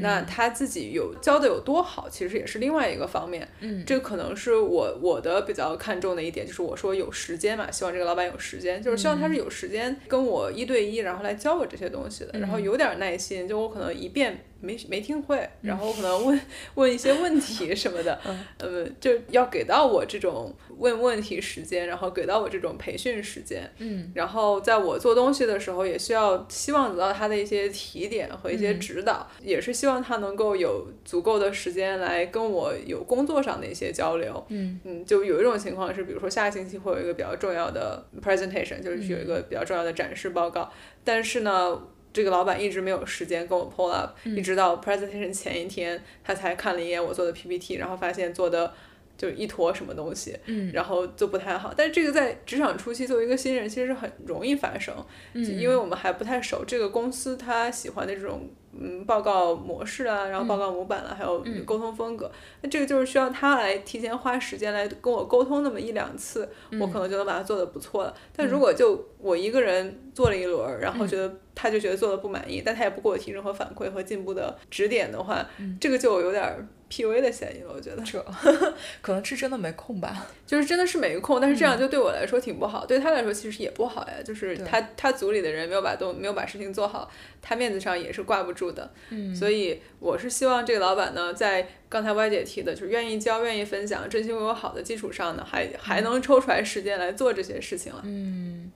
Speaker 2: 那他自己有教的有多好，其实也是另外一个方面。
Speaker 3: 嗯，
Speaker 2: 这可能是我我的比较看重的一点，就是我说有时间嘛，希望这个老板有时间，就是希望他是有时间跟我一对一，然后来教我这些东西的，然后有点耐心，就我可能一遍没没听会，然后我可能问问一些问题什么的，呃，就要给到我这种问问题时间，然后给到我这种培训时间，
Speaker 3: 嗯，
Speaker 2: 然后在我做东西的时候，也需要希望得到他的一些提点和一
Speaker 3: 嗯
Speaker 2: 些指导，也是希望他能够有足够的时间来跟我有工作上的一些交流，
Speaker 3: 嗯
Speaker 2: 就有一种情况是，比如说下个星期会有一个比较重要的
Speaker 3: 嗯
Speaker 2: presentation，就是有一个比较重要的展示报告，但是呢。这个老板一直没有时间跟我 pull
Speaker 3: 嗯
Speaker 2: up，、一直到 presentation 前一天，他才看了一眼我做的 PPT，然后发现做的就一坨什么东西，
Speaker 1: 嗯，
Speaker 2: 然后就不太好。但是这个在职场初期，作为一个新人，其实是很容易发生，嗯，因为我们还不太熟这个公司他喜欢的这种嗯报告模式啊，然后报告模板了、还有沟通风格，那、这个就是需要他来提前花时间来跟我沟通那么一两次，我可能就能把它做得不错了。但如果就我一个人做了一轮儿，然后觉得他就觉得做的不满意，但他也不给我提任何反馈和进步的指点的话，这个就有点儿 PUA 的嫌疑了，我觉得。
Speaker 1: 可能是真的没空吧。
Speaker 2: 就是真的是没空，但是这样就对我来说挺不好，对他来说其实也不好呀。就是
Speaker 1: 嗯对
Speaker 2: 他他组里的人没有把东没有把事情做好，他面子上也是挂不住的。嗯，所以我是希望这个老板呢，在刚才歪姐提的，就是愿意教、愿意分享、真心为我好的基础上呢，还
Speaker 1: 嗯
Speaker 2: 还能抽出来时间来做这些事情了。嗯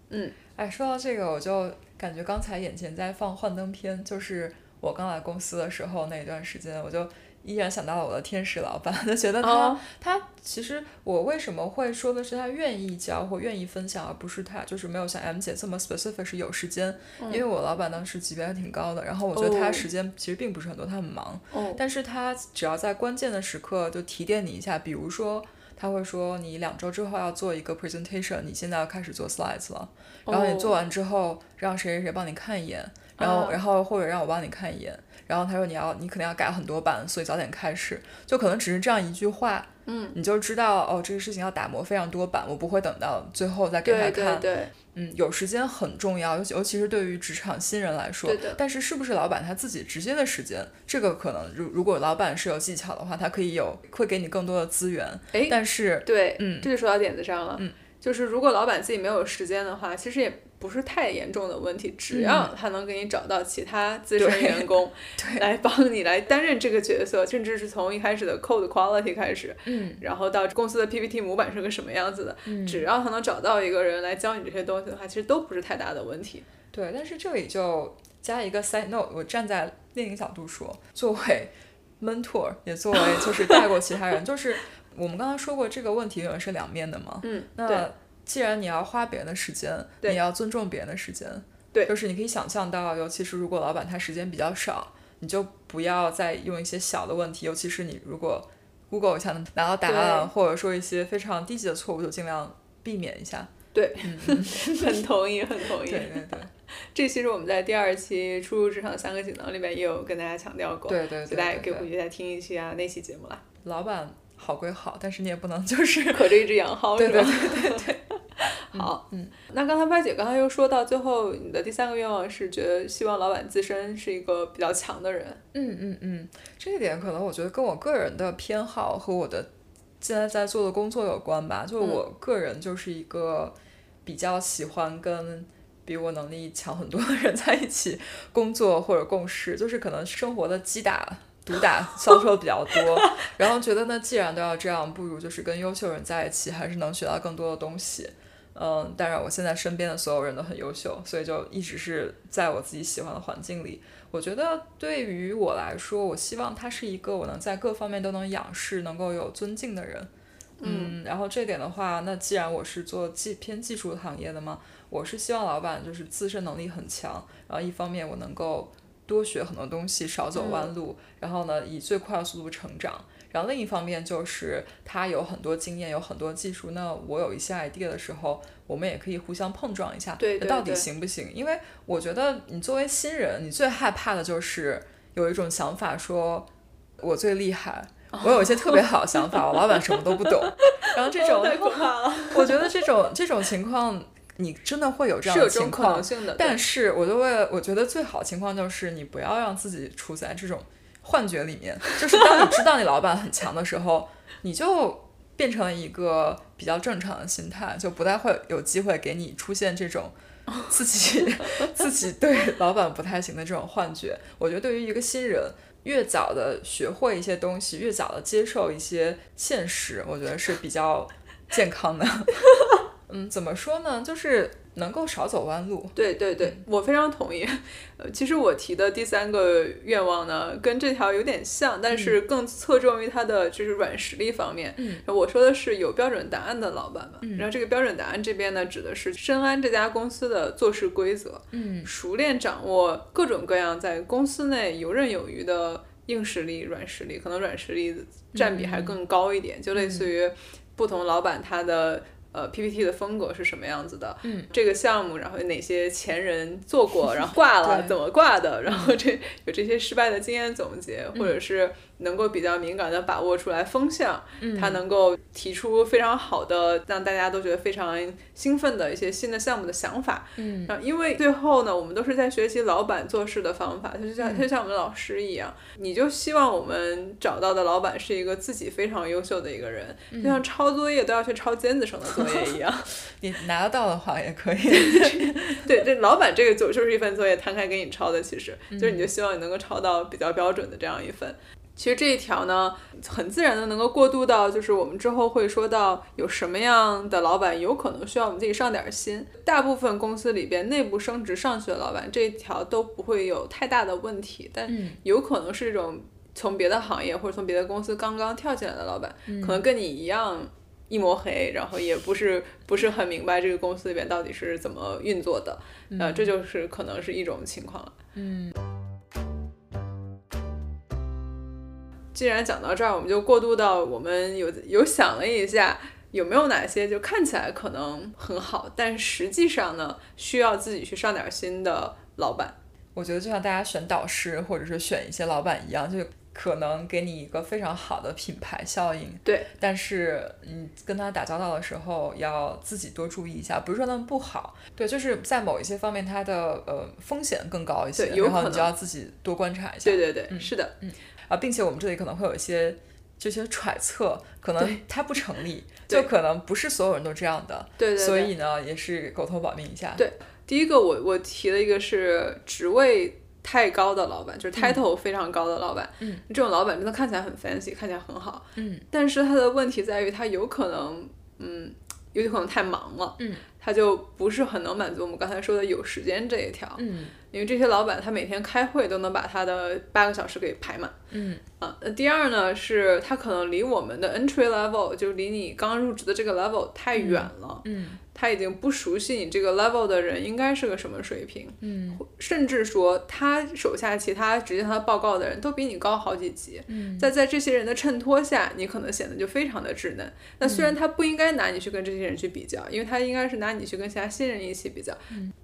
Speaker 1: 哎，说到这个，我就感觉刚才眼前在放《幻灯片》，就是我刚来公司的时候那一段时间，我就依然想到了我的天使老板，就觉得他、
Speaker 2: 哦
Speaker 1: 他其实我为什么会说的是他愿意教或愿意分享，而不是他就是没有像 M 姐这么 specific 是有时间，因为我老板当时级别还挺高的，然后我觉得他
Speaker 2: 嗯哦
Speaker 1: 时间其实并不是很多，他很忙，
Speaker 2: 哦，
Speaker 1: 但是他只要在关键的时刻就提点你一下，比如说他会说你两周之后要做一个 presentation，你现在要开始做 slides 了，然后你做完之后让谁谁谁帮你看一眼，然后、
Speaker 2: 哦啊
Speaker 1: 然后或者让我帮你看一眼，然后他说你要你可能要改很多版，所以早点开始，就可能只是这样一句话，嗯，你就知道哦这个事情要打磨非常多版，我不会等到最后再给他
Speaker 2: 对
Speaker 1: 看，
Speaker 2: 对对，
Speaker 1: 嗯，有时间很重要，尤其尤其是对于职场新人来说。
Speaker 2: 对的
Speaker 1: 但是是不是老板他自己直接的时间，这个可能如如果老板是有技巧的话，他可以有会给你更多的资源。
Speaker 2: 诶
Speaker 1: 但是
Speaker 2: 对，
Speaker 1: 嗯
Speaker 2: 这就说到点子上了。
Speaker 1: 嗯
Speaker 2: 就是如果老板自己没有时间的话，其实也不是太严重的问题，只要他能给你找到其他资深
Speaker 1: 嗯对
Speaker 2: 员工
Speaker 1: 对
Speaker 2: 来帮你来担任这个角色，甚至是从一开始的 code quality 开始，
Speaker 1: 嗯，
Speaker 2: 然后到公司的 PPT 模板是个什么样子的，只要他能找到一个人来教你这些东西的话，其实都不是太大的问题。
Speaker 1: 对，但是这里就加一个 side note，我站在另一个角度说，作为 mentor，也作为就是带过其他人，就是我们刚刚说过这个问题永远是两面的嘛。
Speaker 2: 嗯，对
Speaker 1: 那既然你要花别人的时间，
Speaker 2: 对
Speaker 1: 你要尊重别人的时间，
Speaker 2: 对
Speaker 1: 就是你可以想象到，尤其是如果老板他时间比较少，你就不要再用一些小的问题，尤其是你如果 Google 一下能拿到答案，或者说一些非常低级的错误，就尽量避免一下。
Speaker 2: 对，很同意，很同意。
Speaker 1: 对对对
Speaker 2: 这其实我们在第二期《初入职场三个锦囊》里面也有跟大家强调过，
Speaker 1: 对对对，
Speaker 2: 所以大家也
Speaker 1: 对
Speaker 2: 可以
Speaker 1: 对
Speaker 2: 回去再听一期啊那期节目啦。
Speaker 1: 老板好归好，但是你也不能就是
Speaker 2: 可着一只羊薅，
Speaker 1: 对
Speaker 2: 是吧？对对 对好，嗯，那刚才麦姐刚才又说到最后，你的第三个愿望是觉得希望老板自身是一个比较强的人，
Speaker 1: 嗯嗯嗯，这一点可能我觉得跟我个人的偏好和我的现在在做的工作有关吧。就
Speaker 2: 嗯
Speaker 1: 我个人就是一个比较喜欢跟比我能力强很多的人在一起工作或者共事，就是可能生活的击打。毒打遭受比较多，然后觉得呢，既然都要这样，不如就是跟优秀人在一起，还是能学到更多的东西。嗯，当然，我现在身边的所有人都很优秀，所以就一直是在我自己喜欢的环境里。我觉得对于我来说，我希望他是一个我能在各方面都能仰视、能够有尊敬的人。嗯，然后这点的话，那既然我是做技偏技术行业的嘛，我是希望老板就是自身能力很强，然后一方面我能够多学很多东西，少走弯路，
Speaker 2: 嗯
Speaker 1: 然后呢以最快的速度成长。然后另一方面就是他有很多经验，有很多技术，那我有一些 idea 的时候，我们也可以互相碰撞一下，
Speaker 2: 对对
Speaker 1: 那到底
Speaker 2: 对
Speaker 1: 行不行？因为我觉得你作为新人，你最害怕的就是有一种想法说，我最厉害。我有一些特别好的想
Speaker 2: 哦
Speaker 1: 法，我老板什么都不 懂，然后这种
Speaker 2: 太可怕了，
Speaker 1: 我觉得这种这种情况，你真的会有这
Speaker 2: 是
Speaker 1: 样
Speaker 2: 有
Speaker 1: 的
Speaker 2: 这种
Speaker 1: 情
Speaker 2: 可
Speaker 1: 况
Speaker 2: 能，性的，
Speaker 1: 但是我就为了，我觉得最好的情况就是你不要让自己处在这种幻觉里面， 就是当你知道你老板很强的时候，你就变成了一个比较正常的心态，就不太会有机会给你出现这种。自己 自己对老板不太行的这种幻觉，我觉得对于一个新人，越早的学会一些东西，越早的接受一些现实，我觉得是比较健康的。 嗯，怎么说呢？就是能够少走弯路。
Speaker 2: 对对对，
Speaker 1: 嗯
Speaker 2: 我非常同意。呃，其实我提的第三个愿望呢，跟这条有点像，但是更侧重于它的就是软实力方面。
Speaker 1: 嗯，
Speaker 2: 我说的是有标准答案的老板嘛，然后这个标准答案这边呢，指的是深谙这家公司的做事规则，
Speaker 1: 嗯
Speaker 2: 熟练掌握各种各样在公司内游刃有余的。硬实力、软实力，可能软实力占比
Speaker 1: 嗯
Speaker 2: 还更高一点，就类似于不同老板他的。呃，PPT 的风格是什么样子的？
Speaker 1: 嗯，
Speaker 2: 这个项目，然后有哪些前人 做过，然后挂了，
Speaker 1: 对
Speaker 2: 怎么挂的？ 然后这有这些失败的经验总结，或者是能够比较敏感的把握出来风向，
Speaker 1: 嗯
Speaker 2: 他能够提出非常好的，让大家都觉得非常兴奋的一些新的项目的想法。
Speaker 1: 嗯，
Speaker 2: 然后因为最后呢，我们都是在学习老板做事的方法，他就
Speaker 1: 嗯
Speaker 2: 像他就像我们老师一样，你就希望我们找到的老板是一个自己非常优秀的一个人，
Speaker 1: 嗯
Speaker 2: 就像抄作业都要去抄尖子生的作业一样。
Speaker 1: 你拿得到的话也可以。
Speaker 2: 对，这老板这个就就是一份作业摊开给你抄的，其实就是你就希望你能够抄到比较标准的这样一份。其实这一条呢，很自然的能够过渡到，就是我们之后会说到有什么样的老板有可能需要我们自己上点心。大部分公司里边内部升职上去的老板，这一条都不会有太大的问题，但
Speaker 1: 嗯
Speaker 2: 有可能是一种从别的行业或者从别的公司刚刚跳进来的老板，可能跟你一样一抹黑，然后也不是不是很明白这个公司里边到底是怎么运作的，呃，这就是可能是一种情况了。
Speaker 1: 嗯
Speaker 2: 既然讲到这儿，我们就过渡到我们有有想了一下，有没有哪些就看起来可能很好，但实际上呢需要自己去上点心的老板。
Speaker 1: 我觉得就像大家选导师或者是选一些老板一样，就可能给你一个非常好的品牌效应，
Speaker 2: 对，
Speaker 1: 但是你跟他打交道的时候要自己多注意一下，不是说他们不好，对，就是在某一些方面它的呃风险更高一些，
Speaker 2: 对有
Speaker 1: 然后
Speaker 2: 可
Speaker 1: 你就
Speaker 2: 能
Speaker 1: 要自己多观察一下。
Speaker 2: 对对对，是的，
Speaker 1: 啊，并且我们这里可能会有一些这些揣测，可能它不成立，就
Speaker 2: 对
Speaker 1: 可能不是所有人都这样的，
Speaker 2: 对对对。
Speaker 1: 所以呢也是狗头保命一下。
Speaker 2: 对第一个我我提了一个是职位太高的老板，就是 title 非常高的老板，
Speaker 1: 嗯，
Speaker 2: 这种老板真的看起来很 fancy，看起来很好，
Speaker 1: 嗯，
Speaker 2: 但是他的问题在于他有可能，嗯，有可能太忙了，
Speaker 1: 嗯，
Speaker 2: 他就不是很能满足我们刚才说的有时间这一条，
Speaker 1: 嗯
Speaker 2: 因为这些老板他每天开会都能把他的八个小时给排满。
Speaker 1: 嗯
Speaker 2: 啊，那第二呢，是他可能离我们的 entry level，就是离你刚入职的这个 level 太远了，
Speaker 1: 嗯
Speaker 2: 他已经不熟悉你这个 level 的人应该是个什么水平，
Speaker 1: 嗯
Speaker 2: 甚至说他手下其他直接向他报告的人都比你高好几级。
Speaker 1: 嗯
Speaker 2: 在在这些人的衬托下，你可能显得就非常的稚嫩。那虽然他不应该拿你去跟这些人去比较，因为他应该是拿你去跟其他新人一起比较，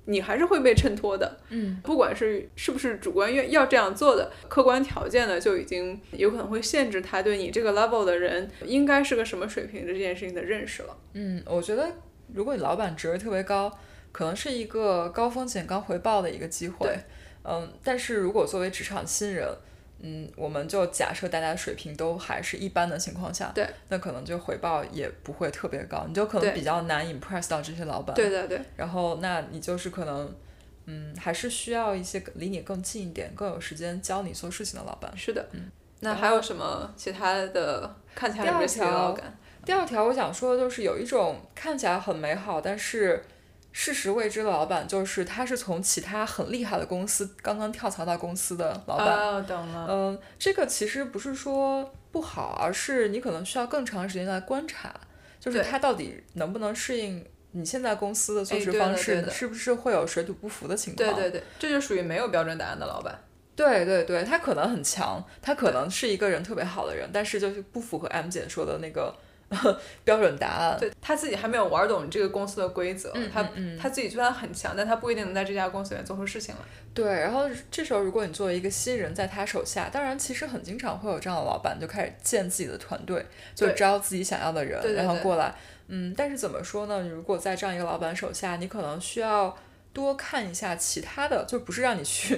Speaker 2: 你还是会被衬托的。
Speaker 1: 嗯
Speaker 2: 不管是是不是主观愿要这样做的，客观条件呢就已经有可能会限制他对你这个 level 的人应该是个什么水平这件事情的认识了。
Speaker 1: 嗯，我觉得如果你老板职位特别高，可能是一个高风险高回报的一个机会
Speaker 2: 对。
Speaker 1: 嗯，但是如果作为职场新人，嗯，我们就假设大家的水平都还是一般的情况下，
Speaker 2: 对，
Speaker 1: 那可能就回报也不会特别高，你就可能
Speaker 2: 对
Speaker 1: 比较难 impress 到这些老板。
Speaker 2: 对对对
Speaker 1: 然后那你就是可能，嗯，还是需要一些离你更近一点、更有时间教你做事情的老板。
Speaker 2: 是的。那还有什么其他的看起来有没有
Speaker 1: 第二条
Speaker 2: 疲劳感？
Speaker 1: 第二条我想说的就是有一种看起来很美好，但是事实未知的老板，就是他是从其他很厉害的公司刚刚跳槽到公司的老板。
Speaker 2: 哦，懂了。
Speaker 1: 嗯，这个其实不是说不好，而是你可能需要更长时间来观察，就是
Speaker 2: 对
Speaker 1: 他到底能不能适应你现在公司的做
Speaker 2: 哎
Speaker 1: 事
Speaker 2: 对
Speaker 1: 方
Speaker 2: 的
Speaker 1: 式，
Speaker 2: 对的
Speaker 1: 是不是会有水土不服的情况？
Speaker 2: 对对对，这就属于没有标准答案的老板。
Speaker 1: 对对对，他可能很强，他可能是一个人特别好的人，但是就是不符合 M 姐说的那个 标准答案。
Speaker 2: 对他自己还没有玩懂这个公司的规则，
Speaker 1: 嗯
Speaker 2: 他
Speaker 1: 嗯嗯
Speaker 2: 他自己虽然很强，但他不一定能在这家公司里面做出事情来。
Speaker 1: 对然后这时候如果你作为一个新人在他手下，当然其实很经常会有这样的老板，就开始建自己的团队，就
Speaker 2: 对
Speaker 1: 招自己想要的人，
Speaker 2: 对对
Speaker 1: 然后
Speaker 2: 对
Speaker 1: 过来。嗯，但是怎么说呢？如果在这样一个老板手下，你可能需要。多看一下其他的，就不是让你去，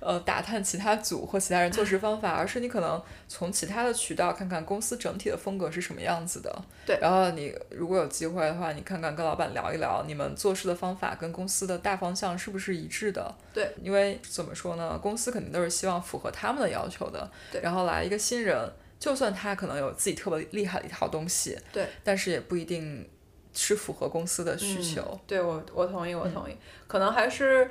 Speaker 1: 呃，打探其他组或其他人做事方法，而是你可能从其他的渠道看看公司整体的风格是什么样子的。
Speaker 2: 对
Speaker 1: 然后你如果有机会的话，你看看跟老板聊一聊，你们做事的方法跟公司的大方向是不是一致的？
Speaker 2: 对，
Speaker 1: 因为怎么说呢，公司肯定都是希望符合他们的要求的。
Speaker 2: 对
Speaker 1: 然后来一个新人，就算他可能有自己特别厉害的一套东西，
Speaker 2: 对，
Speaker 1: 但是也不一定是符合公司的需求。嗯
Speaker 2: 对我，我同意，我同意。可能还是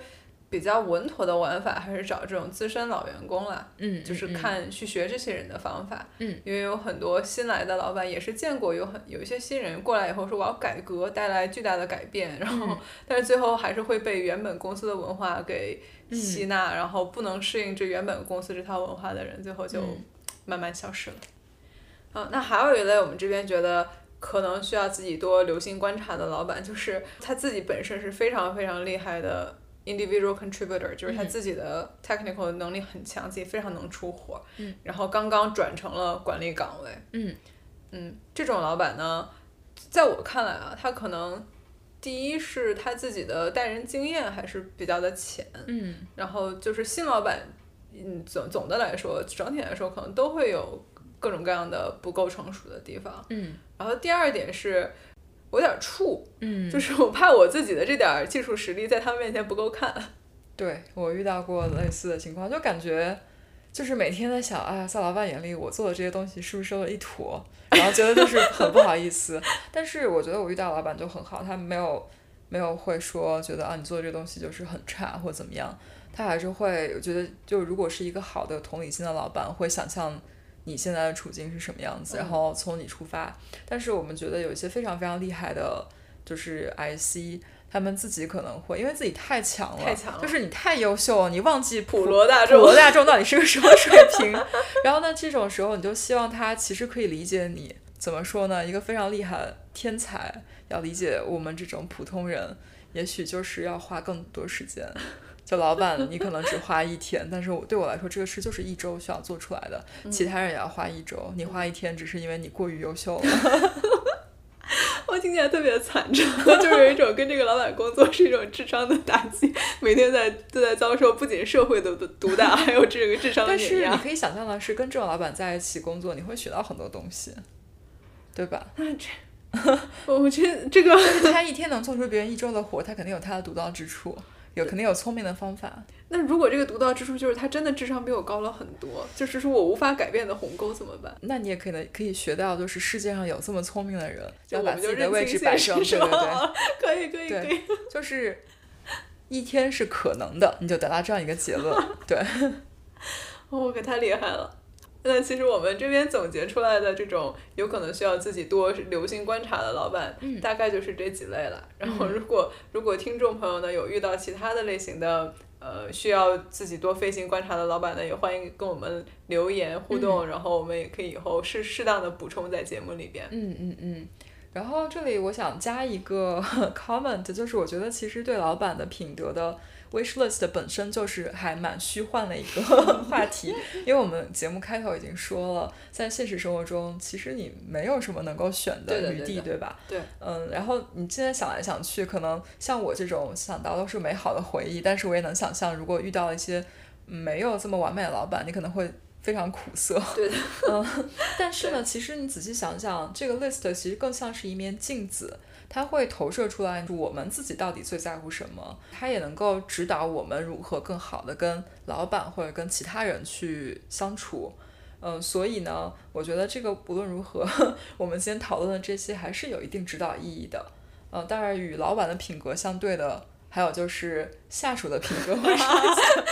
Speaker 2: 比较稳妥的玩法，还是找这种资深老员工啦，
Speaker 1: 嗯，
Speaker 2: 就是
Speaker 1: 嗯嗯
Speaker 2: 看去学这些人的方法。
Speaker 1: 嗯，
Speaker 2: 因为有很多新来的老板也是见过有很有一些新人过来以后说我要改革，带来巨大的改变，然
Speaker 1: 嗯
Speaker 2: 后、 但是最后还是会被原本公司的文化给
Speaker 1: 嗯
Speaker 2: 吸纳，然后不能适应这原本公司这套文化的人，最后就
Speaker 1: 嗯
Speaker 2: 慢慢消失了。嗯，那还有一类我们这边觉得可能需要自己多留心观察的老板，就是他自己本身是非常非常厉害的 individual contributor，就是
Speaker 1: 嗯
Speaker 2: 他自己的 technical 能力很强，自己非常能出活，
Speaker 1: 嗯，
Speaker 2: 然后刚刚转成了管理岗位，
Speaker 1: 嗯
Speaker 2: 嗯，这种老板呢，在我看来啊，他可能第一是他自己的待人经验还是比较的浅，
Speaker 1: 嗯
Speaker 2: 然后就是新老板，嗯，总总的来说，整体来说可能都会有各种各样的不够成熟的地方。
Speaker 1: 嗯
Speaker 2: 然后第二点是，我有点怵，
Speaker 1: 嗯，
Speaker 2: 就是我怕我自己的这点儿技术实力在他们面前不够看。
Speaker 1: 对我遇到过类似的情况，就感觉就是每天在想，哎呀，在老板眼里我做的这些东西是不是收了一坨，然后觉得就是很不好意思。 但是我觉得我遇到老板就很好，他没有没有会说觉得啊你做的这东西就是很差或怎么样，他还是会我觉得就如果是一个好的同理心的老板，会想象。你现在的处境是什么样子，
Speaker 2: 嗯
Speaker 1: 然后从你出发。但是我们觉得有一些非常非常厉害的，就是 IC，他们自己可能会因为自己太强了，
Speaker 2: 太强了
Speaker 1: 就是你太优秀了，你忘记
Speaker 2: 普罗大
Speaker 1: 普
Speaker 2: 众，
Speaker 1: 罗大众到底是个什么水平。然后呢，这种时候你就希望他其实可以理解你，怎么说呢？一个非常厉害的天才要理解我们这种普通人，也许就是要花更多时间。就老板，你可能只花一天，但是我对我来说，这个事就是一周需要做出来的，其他人也要花一周。你花一天，只是因为你过于优秀了。
Speaker 2: 我听起来特别惨重， 就是有一种跟这个老板工作是一种智商的打击，每天在都在遭受不仅社会的毒打，还有这个智商的
Speaker 1: 但
Speaker 2: 碾
Speaker 1: 是你
Speaker 2: 压。
Speaker 1: 可以想象的是，跟这种老板在一起工作，你会学到很多东西，对吧？
Speaker 2: 那这， 我觉得这个
Speaker 1: 他一天能做出别人一周的活，他肯定有他的独到之处，有肯定有聪明的方法。
Speaker 2: 那如果这个独到之处就是他真的智商比我高了很多，就是说我无法改变的鸿沟怎么办？
Speaker 1: 那你也可能可以学到，就是世界上有这么聪明的人，
Speaker 2: 就
Speaker 1: 要
Speaker 2: 我
Speaker 1: 把
Speaker 2: 们
Speaker 1: 自
Speaker 2: 就
Speaker 1: 己的
Speaker 2: 认
Speaker 1: 位
Speaker 2: 清
Speaker 1: 置摆
Speaker 2: 现
Speaker 1: 正，
Speaker 2: 实
Speaker 1: 对
Speaker 2: 吧
Speaker 1: 对对，
Speaker 2: 可以可以可以。
Speaker 1: 就是一天是可能的，你就得到这样一个结论。对，
Speaker 2: 哦，可太厉害了。那其实我们这边总结出来的这种有可能需要自己多留心观察的老板，大概就是这几类了。然后，如果、如果听众朋友呢有遇到其他的类型的呃需要自己多费心观察的老板呢，也欢迎跟我们留言互动，然后我们也可以以后适适当的补充在节目里边。
Speaker 1: 嗯嗯嗯。然后这里我想加一个 comment，就是我觉得其实对老板的品德的 wish list 本身就是还蛮虚幻的一个 话题，因为我们节目开头已经说了，在现实生活中其实你没有什么能够选
Speaker 2: 对的
Speaker 1: 余
Speaker 2: 对
Speaker 1: 地，
Speaker 2: 的
Speaker 1: 对吧？
Speaker 2: 对，
Speaker 1: 嗯，然后你现在想来想去，可能像我这种想到都是美好的回忆，但是我也能想象，如果遇到一些没有这么完美的老板，你可能会非常苦涩。
Speaker 2: 对的，
Speaker 1: 但是呢，其实你仔细想想，这个 list 其实更像是一面镜子，它会投射出来我们自己到底最在乎什么，它也能够指导我们如何更好的跟老板或者跟其他人去相处。嗯，所以呢，我觉得这个无论如何， 我们今天讨论的这些还是有一定指导意义的。呃，当然与老板的品格相对的，还有就是下属的品格会说一下。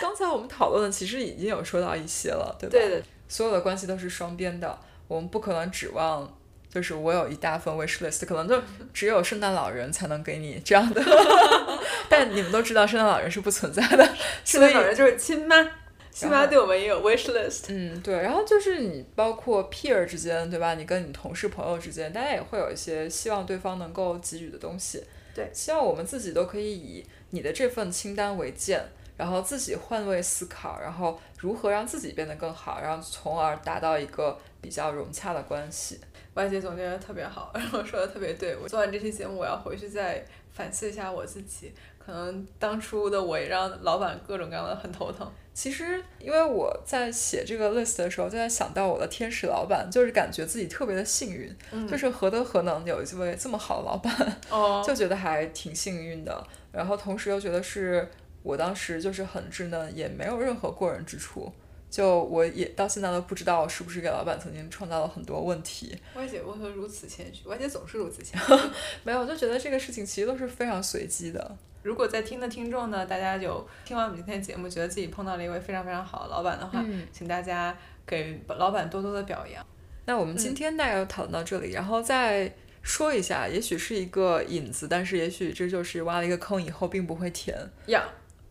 Speaker 1: 刚才我们讨论的其实已经有说到一些了，对吧？
Speaker 2: 对 的，
Speaker 1: 所有的关系都是双边的，我们不可能指望就是我有一大份 wish list，可能就只有圣诞老人才能给你这样的。但你们都知道圣诞老人是不存在的，
Speaker 2: 是
Speaker 1: 所
Speaker 2: 的，
Speaker 1: 以
Speaker 2: 老人就是亲妈，亲
Speaker 1: 然
Speaker 2: 妈
Speaker 1: 后
Speaker 2: 对我们也有 wish list。
Speaker 1: 嗯，对，然后就是你包括 peer 之间，对吧？你跟你同事、朋友之间，大家也会有一些希望对方能够给予的东西。
Speaker 2: 对
Speaker 1: 希望我们自己都可以以你的这份清单为鉴，然后自己换位思考，然后如何让自己变得更好，然后从而达到一个比较融洽的关系。
Speaker 2: 歪姐总结的特别好，然后说的特别对。我做完这期节目，我要回去再反思一下我自己，可能当初的我也让老板各种各样的很头疼。
Speaker 1: 其实，因为我在写这个 list 的时候，就在想到我的天使老板，就是感觉自己特别的幸运，
Speaker 2: 嗯
Speaker 1: 就是何德何能有一位这么好的老板。
Speaker 2: 哦，
Speaker 1: 就觉得还挺幸运的。然后同时又觉得是我当时就是很稚嫩，也没有任何过人之处，就我也到现在都不知道我是不是给老板曾经创造了很多问题。
Speaker 3: 歪姐为何如此谦虚？歪姐总是如此谦虚。
Speaker 1: 没有，我就觉得这个事情其实都是非常随机的。
Speaker 3: 如果在听的听众呢，大家有听完我们今天节目，觉得自己碰到了一位非常非常好的老板的话，
Speaker 1: 嗯
Speaker 3: 请大家给老板多多的表扬。
Speaker 1: 那我们
Speaker 2: 嗯
Speaker 1: 今天大概就讨论到这里，然后再说一下，也许是一个引子，但是也许这就是挖了一个坑以后并不会填。
Speaker 2: 呀，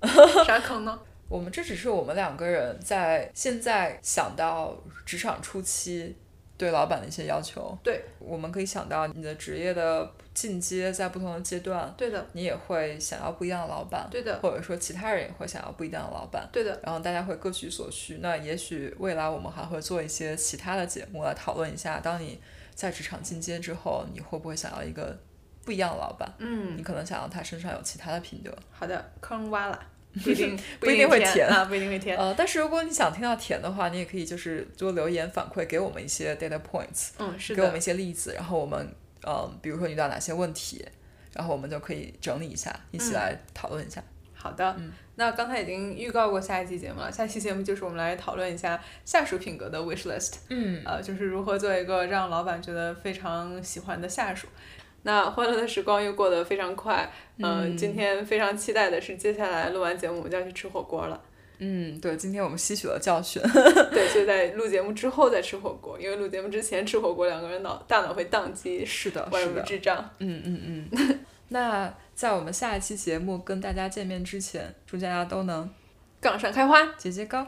Speaker 3: 啥坑呢？
Speaker 1: 我们这只是我们两个人在现在想到职场初期对老板的一些要求。
Speaker 2: 对，
Speaker 1: 我们可以想到你的职业的进阶，在不同的阶段，
Speaker 2: 对的，
Speaker 1: 你也会想要不一样的老板，
Speaker 2: 对的，
Speaker 1: 或者说其他人也会想要不一样的老板。
Speaker 2: 对的，
Speaker 1: 然后大家会各取所需。那也许未来我们还会做一些其他的节目来讨论一下，当你在职场进阶之后，你会不会想要一个不一样的老板？
Speaker 2: 嗯，
Speaker 1: 你可能想要他身上有其他的品德。
Speaker 2: 好的，坑 挖了，
Speaker 3: 不一定
Speaker 1: 不一定会
Speaker 3: 填
Speaker 1: 填
Speaker 3: 啊，不一定会填。
Speaker 1: 呃，但是如果你想听到甜的话，你也可以就是多留言反馈给我们一些 data points，
Speaker 2: 嗯，是
Speaker 1: 给我
Speaker 2: 的
Speaker 1: 们，一些例子，然后我们嗯、呃比如说遇到哪些问题，然后我们就可以整理一下，一起来讨论一下。
Speaker 3: 好的，
Speaker 1: 嗯
Speaker 3: 那刚才已经预告过下一期节目了，下期节目就是我们来讨论一下下属品格的 wish list，
Speaker 1: 嗯，
Speaker 3: 呃，就是如何做一个让老板觉得非常喜欢的下属。
Speaker 2: 那欢乐的时光又过得非常快，嗯，今天非常期待的是，接下来录完节目我们就要去吃火锅了。
Speaker 1: 嗯，对，今天我们吸取了教训。
Speaker 2: 对，就在录节目之后再吃火锅，因为录节目之前吃火锅，两个人脑大脑会宕机，
Speaker 1: 是 的，
Speaker 2: 宛
Speaker 1: 是
Speaker 2: 如
Speaker 1: 的，
Speaker 2: 智障。
Speaker 1: 嗯嗯嗯。 那在我们下一期节目跟大家见面之前，祝大家都能
Speaker 2: 杠上开花，
Speaker 1: 节节高。